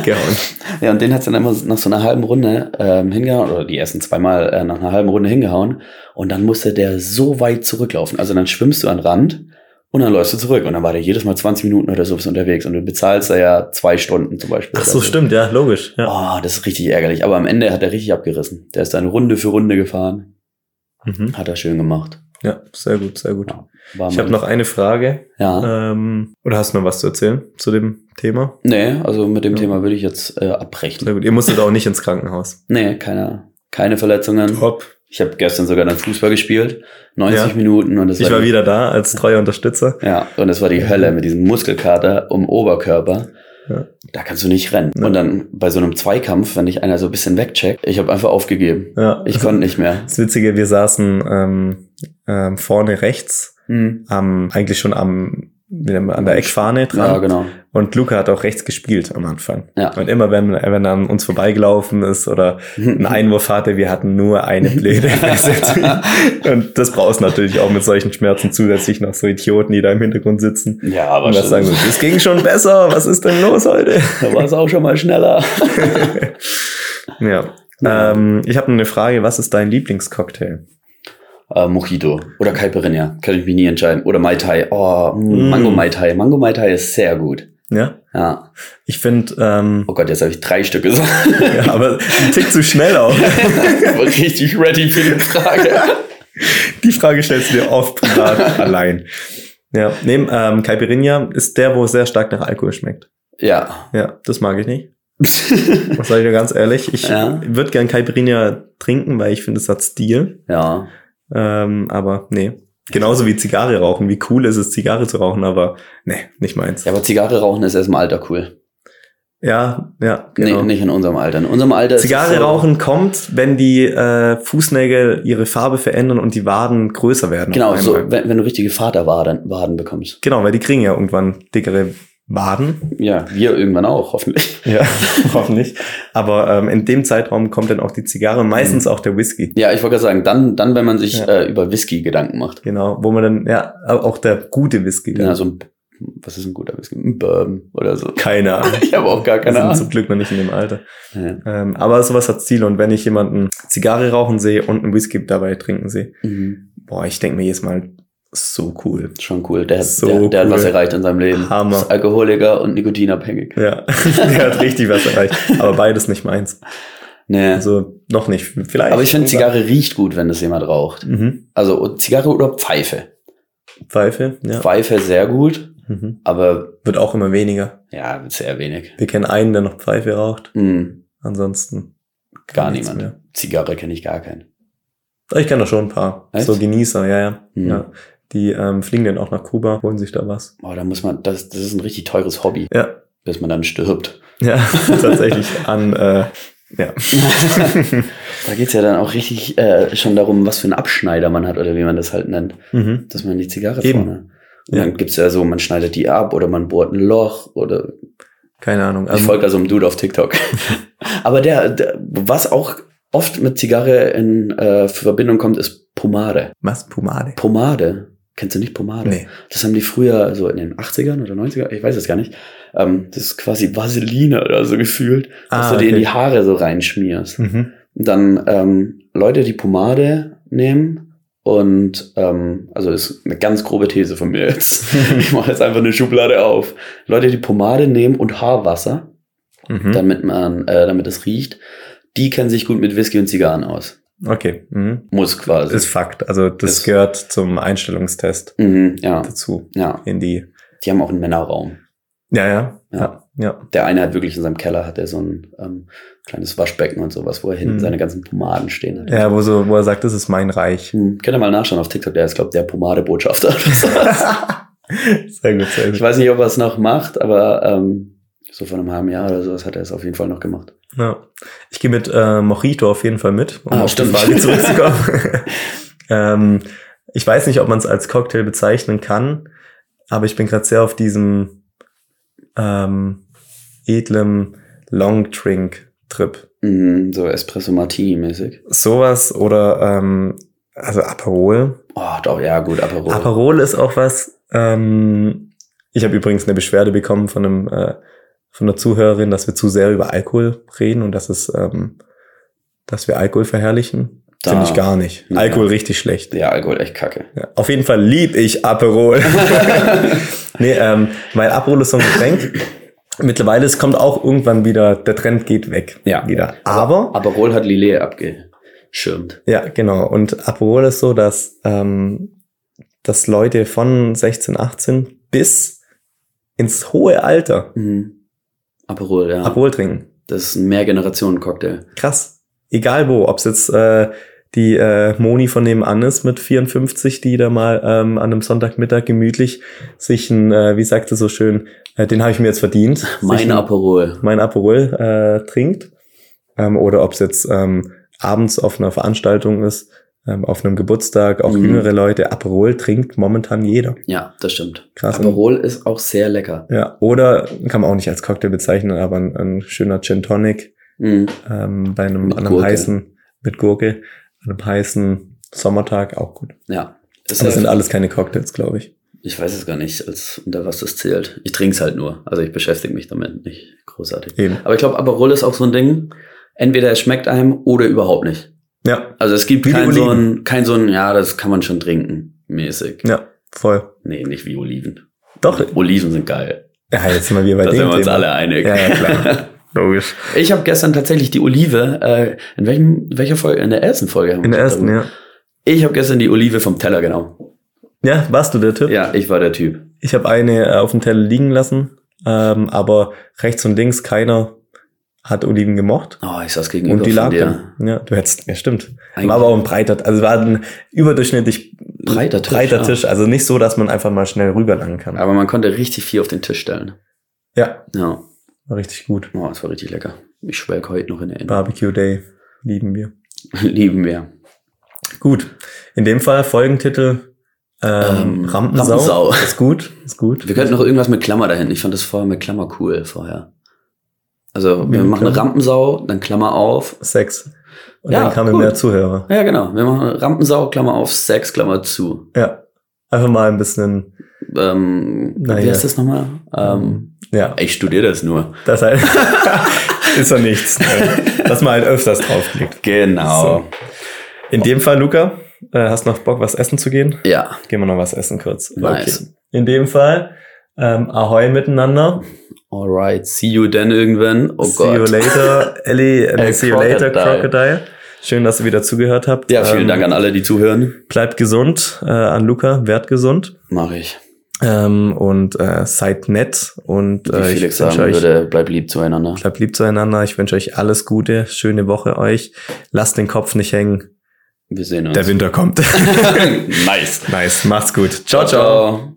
[SPEAKER 3] gehauen.
[SPEAKER 2] Ja, und den hat's dann immer nach so einer halben Runde ähm, hingehauen, oder die ersten zweimal äh, nach einer halben Runde hingehauen. Und dann musste der so weit zurücklaufen. Also dann schwimmst du an den Rand und dann läufst du zurück. Und dann war der jedes Mal 20 Minuten oder sowas unterwegs. Und du bezahlst da ja zwei Stunden zum Beispiel.
[SPEAKER 3] Ach so,
[SPEAKER 2] Also,
[SPEAKER 3] stimmt, ja, logisch. Ja.
[SPEAKER 2] Oh, das ist richtig ärgerlich. Aber am Ende hat er richtig abgerissen. Der ist dann Runde für Runde gefahren.
[SPEAKER 3] Mhm.
[SPEAKER 2] Hat er schön gemacht.
[SPEAKER 3] Ja, sehr gut, sehr gut.
[SPEAKER 2] Ja, War
[SPEAKER 3] Ich
[SPEAKER 2] mein-
[SPEAKER 3] habe noch eine Frage.
[SPEAKER 2] Oh Ja.
[SPEAKER 3] Ähm, oder hast du noch was zu erzählen zu dem Thema?
[SPEAKER 2] Nee, also mit dem
[SPEAKER 3] Ja.
[SPEAKER 2] Thema würde ich jetzt äh,
[SPEAKER 3] Sehr
[SPEAKER 2] abbrechen.
[SPEAKER 3] gut. Ihr musstet auch nicht ins Krankenhaus.
[SPEAKER 2] Nee, keine, keine Verletzungen.
[SPEAKER 3] Top.
[SPEAKER 2] Ich habe gestern sogar dann Fußball gespielt. 90
[SPEAKER 3] Ja.
[SPEAKER 2] Minuten und das
[SPEAKER 3] Ich war
[SPEAKER 2] die-
[SPEAKER 3] wieder da als treuer Unterstützer.
[SPEAKER 2] Ja, und es war die Hölle mit diesem Muskelkater um Oberkörper.
[SPEAKER 3] Ja.
[SPEAKER 2] Da kannst du nicht rennen.
[SPEAKER 3] Ja.
[SPEAKER 2] Und dann bei so einem Zweikampf, wenn dich einer so ein bisschen wegcheckt, ich habe einfach aufgegeben.
[SPEAKER 3] Ja.
[SPEAKER 2] Ich konnte nicht mehr.
[SPEAKER 3] Das Witzige, wir saßen ähm, ähm, vorne rechts,
[SPEAKER 2] Hm.
[SPEAKER 3] am, eigentlich schon am wieder mal an der Eckfahne dran.
[SPEAKER 2] Ja, genau.
[SPEAKER 3] Und Luca hat auch rechts gespielt am Anfang.
[SPEAKER 2] Ja.
[SPEAKER 3] Und immer, wenn, wenn er an uns vorbeigelaufen ist oder einen Einwurf hatte, wir hatten nur eine blöde Interception. Und das brauchst du natürlich auch mit solchen Schmerzen zusätzlich noch so Idioten, die da im Hintergrund sitzen.
[SPEAKER 2] Ja,
[SPEAKER 3] Aber
[SPEAKER 2] aber
[SPEAKER 3] und das sagen so,
[SPEAKER 2] schon,
[SPEAKER 3] es ging schon besser, was ist denn los heute?
[SPEAKER 2] da war es auch schon mal schneller.
[SPEAKER 3] Ja.
[SPEAKER 2] Ja.
[SPEAKER 3] Ähm, ich habe eine Frage, was ist dein Lieblingscocktail?
[SPEAKER 2] Äh, Mojito oder Caipirinha, kann ich mich nie entscheiden. Oder Mai Tai. Oh,
[SPEAKER 3] Mm.
[SPEAKER 2] mm. Mango Mai Tai. Mango Mai Tai ist sehr gut.
[SPEAKER 3] Ja.
[SPEAKER 2] Ja.
[SPEAKER 3] Ich finde, ähm,
[SPEAKER 2] Oh Gott, jetzt habe ich drei Stück gesagt.
[SPEAKER 3] ja, aber ein Tick zu schnell auch.
[SPEAKER 2] Ich war richtig ready für die Frage.
[SPEAKER 3] Die Frage stellst du dir oft privat allein. Ja, nehm, ähm, Caipirinha ist der, wo es sehr stark nach Alkohol schmeckt.
[SPEAKER 2] Ja.
[SPEAKER 3] Ja, das mag ich nicht. Das sage ich dir ganz ehrlich. Ich
[SPEAKER 2] Ja.
[SPEAKER 3] würde gern Caipirinha trinken, weil ich finde, es hat Stil.
[SPEAKER 2] ja.
[SPEAKER 3] Ähm, aber nee. Genauso wie Zigarre rauchen. Wie cool ist es, Zigarre zu rauchen, aber nee, nicht meins.
[SPEAKER 2] Ja, aber Zigarre rauchen ist erst im Alter cool.
[SPEAKER 3] Ja, ja, genau.
[SPEAKER 2] Nee, nicht in unserem Alter. In unserem Alter ist
[SPEAKER 3] Zigarre
[SPEAKER 2] es so-
[SPEAKER 3] rauchen kommt, wenn die äh, Fußnägel ihre Farbe verändern und die Waden größer werden. auf
[SPEAKER 2] Genau, so,
[SPEAKER 3] einmal.
[SPEAKER 2] wenn, wenn du richtige Vaterwaden Waden bekommst.
[SPEAKER 3] Genau, weil die kriegen ja irgendwann dickere Waden.
[SPEAKER 2] Ja, wir irgendwann auch, hoffentlich.
[SPEAKER 3] Ja, hoffentlich. Aber ähm, in dem Zeitraum kommt dann auch die Zigarre,
[SPEAKER 2] Mhm.
[SPEAKER 3] meistens auch der Whisky.
[SPEAKER 2] Ja, ich wollte gerade sagen, dann, dann, wenn man sich
[SPEAKER 3] Ja.
[SPEAKER 2] äh, über Whisky Gedanken macht.
[SPEAKER 3] Genau, wo man dann, ja, auch der gute Whisky. Dann.
[SPEAKER 2] Ja, so ein, was ist ein guter Whisky? Ein Bourbon oder so.
[SPEAKER 3] Keine Ahnung.
[SPEAKER 2] Ich habe auch gar
[SPEAKER 3] Wir
[SPEAKER 2] keine
[SPEAKER 3] sind zum
[SPEAKER 2] Ahnung.
[SPEAKER 3] Glück noch nicht in dem Alter.
[SPEAKER 2] Ja.
[SPEAKER 3] Ähm, aber sowas hat Ziel. Und wenn ich jemanden Zigarre rauchen sehe und einen Whisky dabei trinken sehe,
[SPEAKER 2] Mhm.
[SPEAKER 3] boah, ich denke mir jedes Mal, so cool.
[SPEAKER 2] Schon cool. Der, hat-
[SPEAKER 3] So
[SPEAKER 2] der, der
[SPEAKER 3] cool.
[SPEAKER 2] hat was erreicht in seinem Leben.
[SPEAKER 3] Hammer.
[SPEAKER 2] Ist Alkoholiker und nikotinabhängig.
[SPEAKER 3] Ja, der hat richtig was erreicht. Aber beides nicht meins.
[SPEAKER 2] Nee.
[SPEAKER 3] Also noch nicht. Vielleicht.
[SPEAKER 2] Aber ich finde, Zigarre riecht gut, wenn das jemand raucht.
[SPEAKER 3] Mhm.
[SPEAKER 2] Also Zigarre oder Pfeife.
[SPEAKER 3] Pfeife, ja.
[SPEAKER 2] Pfeife sehr gut,
[SPEAKER 3] Mhm.
[SPEAKER 2] aber
[SPEAKER 3] Wird auch immer weniger.
[SPEAKER 2] ja, sehr wenig.
[SPEAKER 3] Wir kennen einen, der noch Pfeife raucht.
[SPEAKER 2] Hm,
[SPEAKER 3] Ansonsten
[SPEAKER 2] gar
[SPEAKER 3] nichts
[SPEAKER 2] niemand.
[SPEAKER 3] mehr.
[SPEAKER 2] Zigarre kenne ich gar keinen.
[SPEAKER 3] Ich kenne da schon ein paar.
[SPEAKER 2] Echt?
[SPEAKER 3] So Genießer, ja, ja.
[SPEAKER 2] Mhm.
[SPEAKER 3] ja. Die ähm, fliegen dann auch nach Kuba, holen sich da was.
[SPEAKER 2] Oh, da muss man, das, das ist ein richtig teures Hobby,
[SPEAKER 3] Ja,
[SPEAKER 2] bis man dann stirbt.
[SPEAKER 3] ja, tatsächlich an, äh, ja.
[SPEAKER 2] Da geht's ja dann auch richtig äh, schon darum, was für einen Abschneider man hat oder wie man das halt nennt.
[SPEAKER 3] mhm.
[SPEAKER 2] dass man die Zigarre
[SPEAKER 3] Eben.
[SPEAKER 2] vorne. Und
[SPEAKER 3] Ja.
[SPEAKER 2] dann gibt's ja so, man schneidet die ab oder man bohrt ein Loch oder
[SPEAKER 3] Keine Ahnung.
[SPEAKER 2] ich
[SPEAKER 3] Ähm,
[SPEAKER 2] folge da so einem Dude auf TikTok. Aber der, der, was auch oft mit Zigarre in äh, Verbindung kommt, ist Pomade.
[SPEAKER 3] was? Pomade?
[SPEAKER 2] Pomade. Kennst du nicht Pomade?
[SPEAKER 3] Nee.
[SPEAKER 2] Das haben die früher so in den 80ern oder 90ern, ich weiß es gar nicht. Ähm, das ist quasi Vaseline oder so gefühlt, dass
[SPEAKER 3] Ah,
[SPEAKER 2] du dir in
[SPEAKER 3] okay.
[SPEAKER 2] die Haare so reinschmierst.
[SPEAKER 3] Mhm.
[SPEAKER 2] dann ähm, Leute, die Pomade nehmen und ähm, also das ist eine ganz grobe These von mir jetzt. ich mache jetzt einfach eine Schublade auf. Leute, die Pomade nehmen und Haarwasser,
[SPEAKER 3] Mhm.
[SPEAKER 2] damit man, äh, damit es riecht, die kennen sich gut mit Whisky und Zigarren aus.
[SPEAKER 3] okay. Mhm.
[SPEAKER 2] Muss
[SPEAKER 3] Das
[SPEAKER 2] quasi.
[SPEAKER 3] ist Fakt. Also das
[SPEAKER 2] Ist-
[SPEAKER 3] gehört zum Einstellungstest
[SPEAKER 2] mhm, ja,
[SPEAKER 3] dazu.
[SPEAKER 2] ja.
[SPEAKER 3] In die.
[SPEAKER 2] Die haben auch einen Männerraum.
[SPEAKER 3] Ja, ja.
[SPEAKER 2] Ja.
[SPEAKER 3] Ja. ja.
[SPEAKER 2] Der eine hat wirklich in seinem Keller hat er so ein ähm, kleines Waschbecken und sowas, wo er hinten
[SPEAKER 3] Mhm.
[SPEAKER 2] seine ganzen Pomaden stehen hat.
[SPEAKER 3] Ja, wo, so, wo er sagt, das ist mein Reich.
[SPEAKER 2] Hm, könnt ihr mal nachschauen auf TikTok, der ist, glaube ich, der Pomadebotschafter oder so.
[SPEAKER 3] sehr gut, sehr
[SPEAKER 2] Ich
[SPEAKER 3] gut.
[SPEAKER 2] weiß nicht, ob er es noch macht, aber ähm, so vor einem halben Jahr oder sowas hat er es auf jeden Fall noch gemacht.
[SPEAKER 3] Ja. Ich gehe mit äh, Mojito auf jeden Fall mit, um
[SPEAKER 2] Ah,
[SPEAKER 3] auf
[SPEAKER 2] stimmt.
[SPEAKER 3] die Frage zurückzukommen. ähm, ich weiß nicht, ob man es als Cocktail bezeichnen kann, aber ich bin gerade sehr auf diesem ähm, edlem Long Drink Trip.
[SPEAKER 2] Mhm, so Espresso Martini mäßig.
[SPEAKER 3] Sowas oder ähm, also Aperol.
[SPEAKER 2] Oh, doch, ja, gut, Aperol.
[SPEAKER 3] Aperol ist auch was. Ähm, ich habe übrigens eine Beschwerde bekommen von einem äh, von einer Zuhörerin, dass wir zu sehr über Alkohol reden und dass es, ähm, dass wir Alkohol verherrlichen.
[SPEAKER 2] Da-
[SPEAKER 3] Finde ich gar nicht.
[SPEAKER 2] Ja.
[SPEAKER 3] Alkohol richtig schlecht.
[SPEAKER 2] Ja, Alkohol, echt kacke.
[SPEAKER 3] Ja. Auf jeden Fall lieb ich Aperol. nee, ähm, weil Aperol ist so ein Getränk. Mittlerweile, es kommt auch irgendwann wieder, der Trend geht weg.
[SPEAKER 2] Ja.
[SPEAKER 3] Wieder. Aber
[SPEAKER 2] Aperol hat Lillet abgeschirmt.
[SPEAKER 3] ja, genau. Und Aperol ist so, dass, ähm, dass Leute von 16, 18 bis ins hohe Alter
[SPEAKER 2] Mhm. Aperol, ja.
[SPEAKER 3] Aperol trinken.
[SPEAKER 2] Das ist ein Mehrgenerationen-Cocktail.
[SPEAKER 3] Krass. Egal wo, ob's jetzt äh, die äh, Moni von nebenan ist mit 54, die da mal ähm, an einem Sonntagmittag gemütlich sich ein, äh, wie sagt sie so schön, äh, den habe ich mir jetzt verdient. sich
[SPEAKER 2] Mein
[SPEAKER 3] ein-
[SPEAKER 2] Aperol.
[SPEAKER 3] mein Aperol äh, trinkt. Ähm, oder ob es jetzt ähm, abends auf einer Veranstaltung ist, ähm, auf einem Geburtstag, auch
[SPEAKER 2] Mhm.
[SPEAKER 3] jüngere Leute. Aperol trinkt momentan jeder.
[SPEAKER 2] Ja, das stimmt.
[SPEAKER 3] Krass.
[SPEAKER 2] Aperol ist auch sehr lecker.
[SPEAKER 3] Ja, oder kann man auch nicht als Cocktail bezeichnen, aber ein, ein schöner Gin Tonic
[SPEAKER 2] Mhm.
[SPEAKER 3] ähm, bei einem,
[SPEAKER 2] Mit
[SPEAKER 3] an einem
[SPEAKER 2] Gurke.
[SPEAKER 3] heißen, mit Gurke, an einem heißen Sommertag auch gut.
[SPEAKER 2] Ja. Ist
[SPEAKER 3] Das sind
[SPEAKER 2] ja-
[SPEAKER 3] alles keine Cocktails, glaube ich.
[SPEAKER 2] ich weiß es gar nicht, als, unter was das zählt. Ich trinke es halt nur. Also ich beschäftige mich damit nicht großartig.
[SPEAKER 3] Eben.
[SPEAKER 2] Aber ich glaube, Aperol ist auch so ein Ding. Entweder es schmeckt einem oder überhaupt nicht.
[SPEAKER 3] Ja,
[SPEAKER 2] Also es gibt
[SPEAKER 3] Wie die
[SPEAKER 2] kein so,
[SPEAKER 3] Oliven.
[SPEAKER 2] ein, kein so ein, ja, das kann man schon trinken, mäßig.
[SPEAKER 3] ja, voll.
[SPEAKER 2] Nee, nicht wie Oliven.
[SPEAKER 3] Doch.
[SPEAKER 2] Oliven sind geil.
[SPEAKER 3] Ja, jetzt sind wir wieder bei
[SPEAKER 2] Da
[SPEAKER 3] dem
[SPEAKER 2] sind wir uns
[SPEAKER 3] Thema.
[SPEAKER 2] alle einig.
[SPEAKER 3] Ja, ja, klar. Logisch.
[SPEAKER 2] Ich habe gestern tatsächlich die Olive, äh, in welchem, welcher Folge? In der ersten Folge. haben wir
[SPEAKER 3] In der
[SPEAKER 2] uns
[SPEAKER 3] ersten,
[SPEAKER 2] darüber-
[SPEAKER 3] ja.
[SPEAKER 2] Ich habe gestern die Olive vom Teller genommen.
[SPEAKER 3] Ja, warst du der Typ?
[SPEAKER 2] Ja, ich war der Typ.
[SPEAKER 3] Ich habe eine äh, auf dem Teller liegen lassen, ähm, aber rechts und links keiner hat Oliven gemocht.
[SPEAKER 2] Oh, ich saß gegenüber
[SPEAKER 3] Und die
[SPEAKER 2] von
[SPEAKER 3] lag
[SPEAKER 2] dir.
[SPEAKER 3] dann. Ja, du hättest, ja stimmt.
[SPEAKER 2] Ein
[SPEAKER 3] war aber auch ein breiter, also war ein überdurchschnittlich
[SPEAKER 2] Breiter Tisch,
[SPEAKER 3] breiter
[SPEAKER 2] ja.
[SPEAKER 3] Tisch. Also nicht so, dass man einfach mal schnell rüberlangen kann.
[SPEAKER 2] Aber man konnte richtig viel auf den Tisch stellen.
[SPEAKER 3] ja,
[SPEAKER 2] Ja,
[SPEAKER 3] war richtig gut.
[SPEAKER 2] oh, das war richtig lecker. Ich schwelg heute noch in Erinnerung.
[SPEAKER 3] Barbecue Day lieben wir.
[SPEAKER 2] Lieben wir.
[SPEAKER 3] Gut. In dem Fall Folgentitel ähm,
[SPEAKER 2] Ähm,
[SPEAKER 3] Rampensau.
[SPEAKER 2] Rampensau.
[SPEAKER 3] Ist gut, ist gut.
[SPEAKER 2] Wir könnten noch irgendwas mit Klammer dahin. Ich fand das vorher mit Klammer cool vorher. Also wir
[SPEAKER 3] Ja,
[SPEAKER 2] machen eine
[SPEAKER 3] Klammer.
[SPEAKER 2] Rampensau, dann Klammer auf.
[SPEAKER 3] Sex. Und
[SPEAKER 2] Ja,
[SPEAKER 3] dann kamen
[SPEAKER 2] gut.
[SPEAKER 3] mehr Zuhörer.
[SPEAKER 2] Ja, genau. Wir machen eine Rampensau, Klammer auf, Sex, Klammer zu.
[SPEAKER 3] Ja. Einfach mal ein bisschen,
[SPEAKER 2] Ähm,
[SPEAKER 3] Na
[SPEAKER 2] wie
[SPEAKER 3] ja.
[SPEAKER 2] heißt das nochmal? Ähm,
[SPEAKER 3] ja,
[SPEAKER 2] ich studiere das nur.
[SPEAKER 3] das heißt, ist doch nichts, ne? dass man halt öfters draufklickt.
[SPEAKER 2] Genau.
[SPEAKER 3] In dem Fall, Luca, äh, hast noch Bock, was essen zu gehen?
[SPEAKER 2] Ja,
[SPEAKER 3] Gehen wir noch was essen kurz.
[SPEAKER 2] Nice.
[SPEAKER 3] In dem Fall, ähm, ahoi miteinander.
[SPEAKER 2] alright. See you then irgendwann. Oh
[SPEAKER 3] see
[SPEAKER 2] Gott.
[SPEAKER 3] you later, Ellie. and
[SPEAKER 2] Ey,
[SPEAKER 3] see you later,
[SPEAKER 2] Crocodile.
[SPEAKER 3] Crocodile. Schön, dass ihr wieder zugehört habt. Ähm,
[SPEAKER 2] Ja, vielen Dank an alle, die zuhören.
[SPEAKER 3] Bleibt gesund, äh, an Luca, werd gesund
[SPEAKER 2] Mache ich.
[SPEAKER 3] ähm, und äh, seid nett und
[SPEAKER 2] Wie
[SPEAKER 3] äh, ich
[SPEAKER 2] Felix sagen
[SPEAKER 3] wünsche euch,
[SPEAKER 2] würde, bleib lieb zueinander.
[SPEAKER 3] bleibt lieb zueinander. Ich wünsche euch alles Gute, schöne Woche euch. Lasst den Kopf nicht hängen.
[SPEAKER 2] Wir sehen uns.
[SPEAKER 3] Der Winter kommt.
[SPEAKER 2] nice.
[SPEAKER 3] nice, macht's gut.
[SPEAKER 2] Ciao, ciao.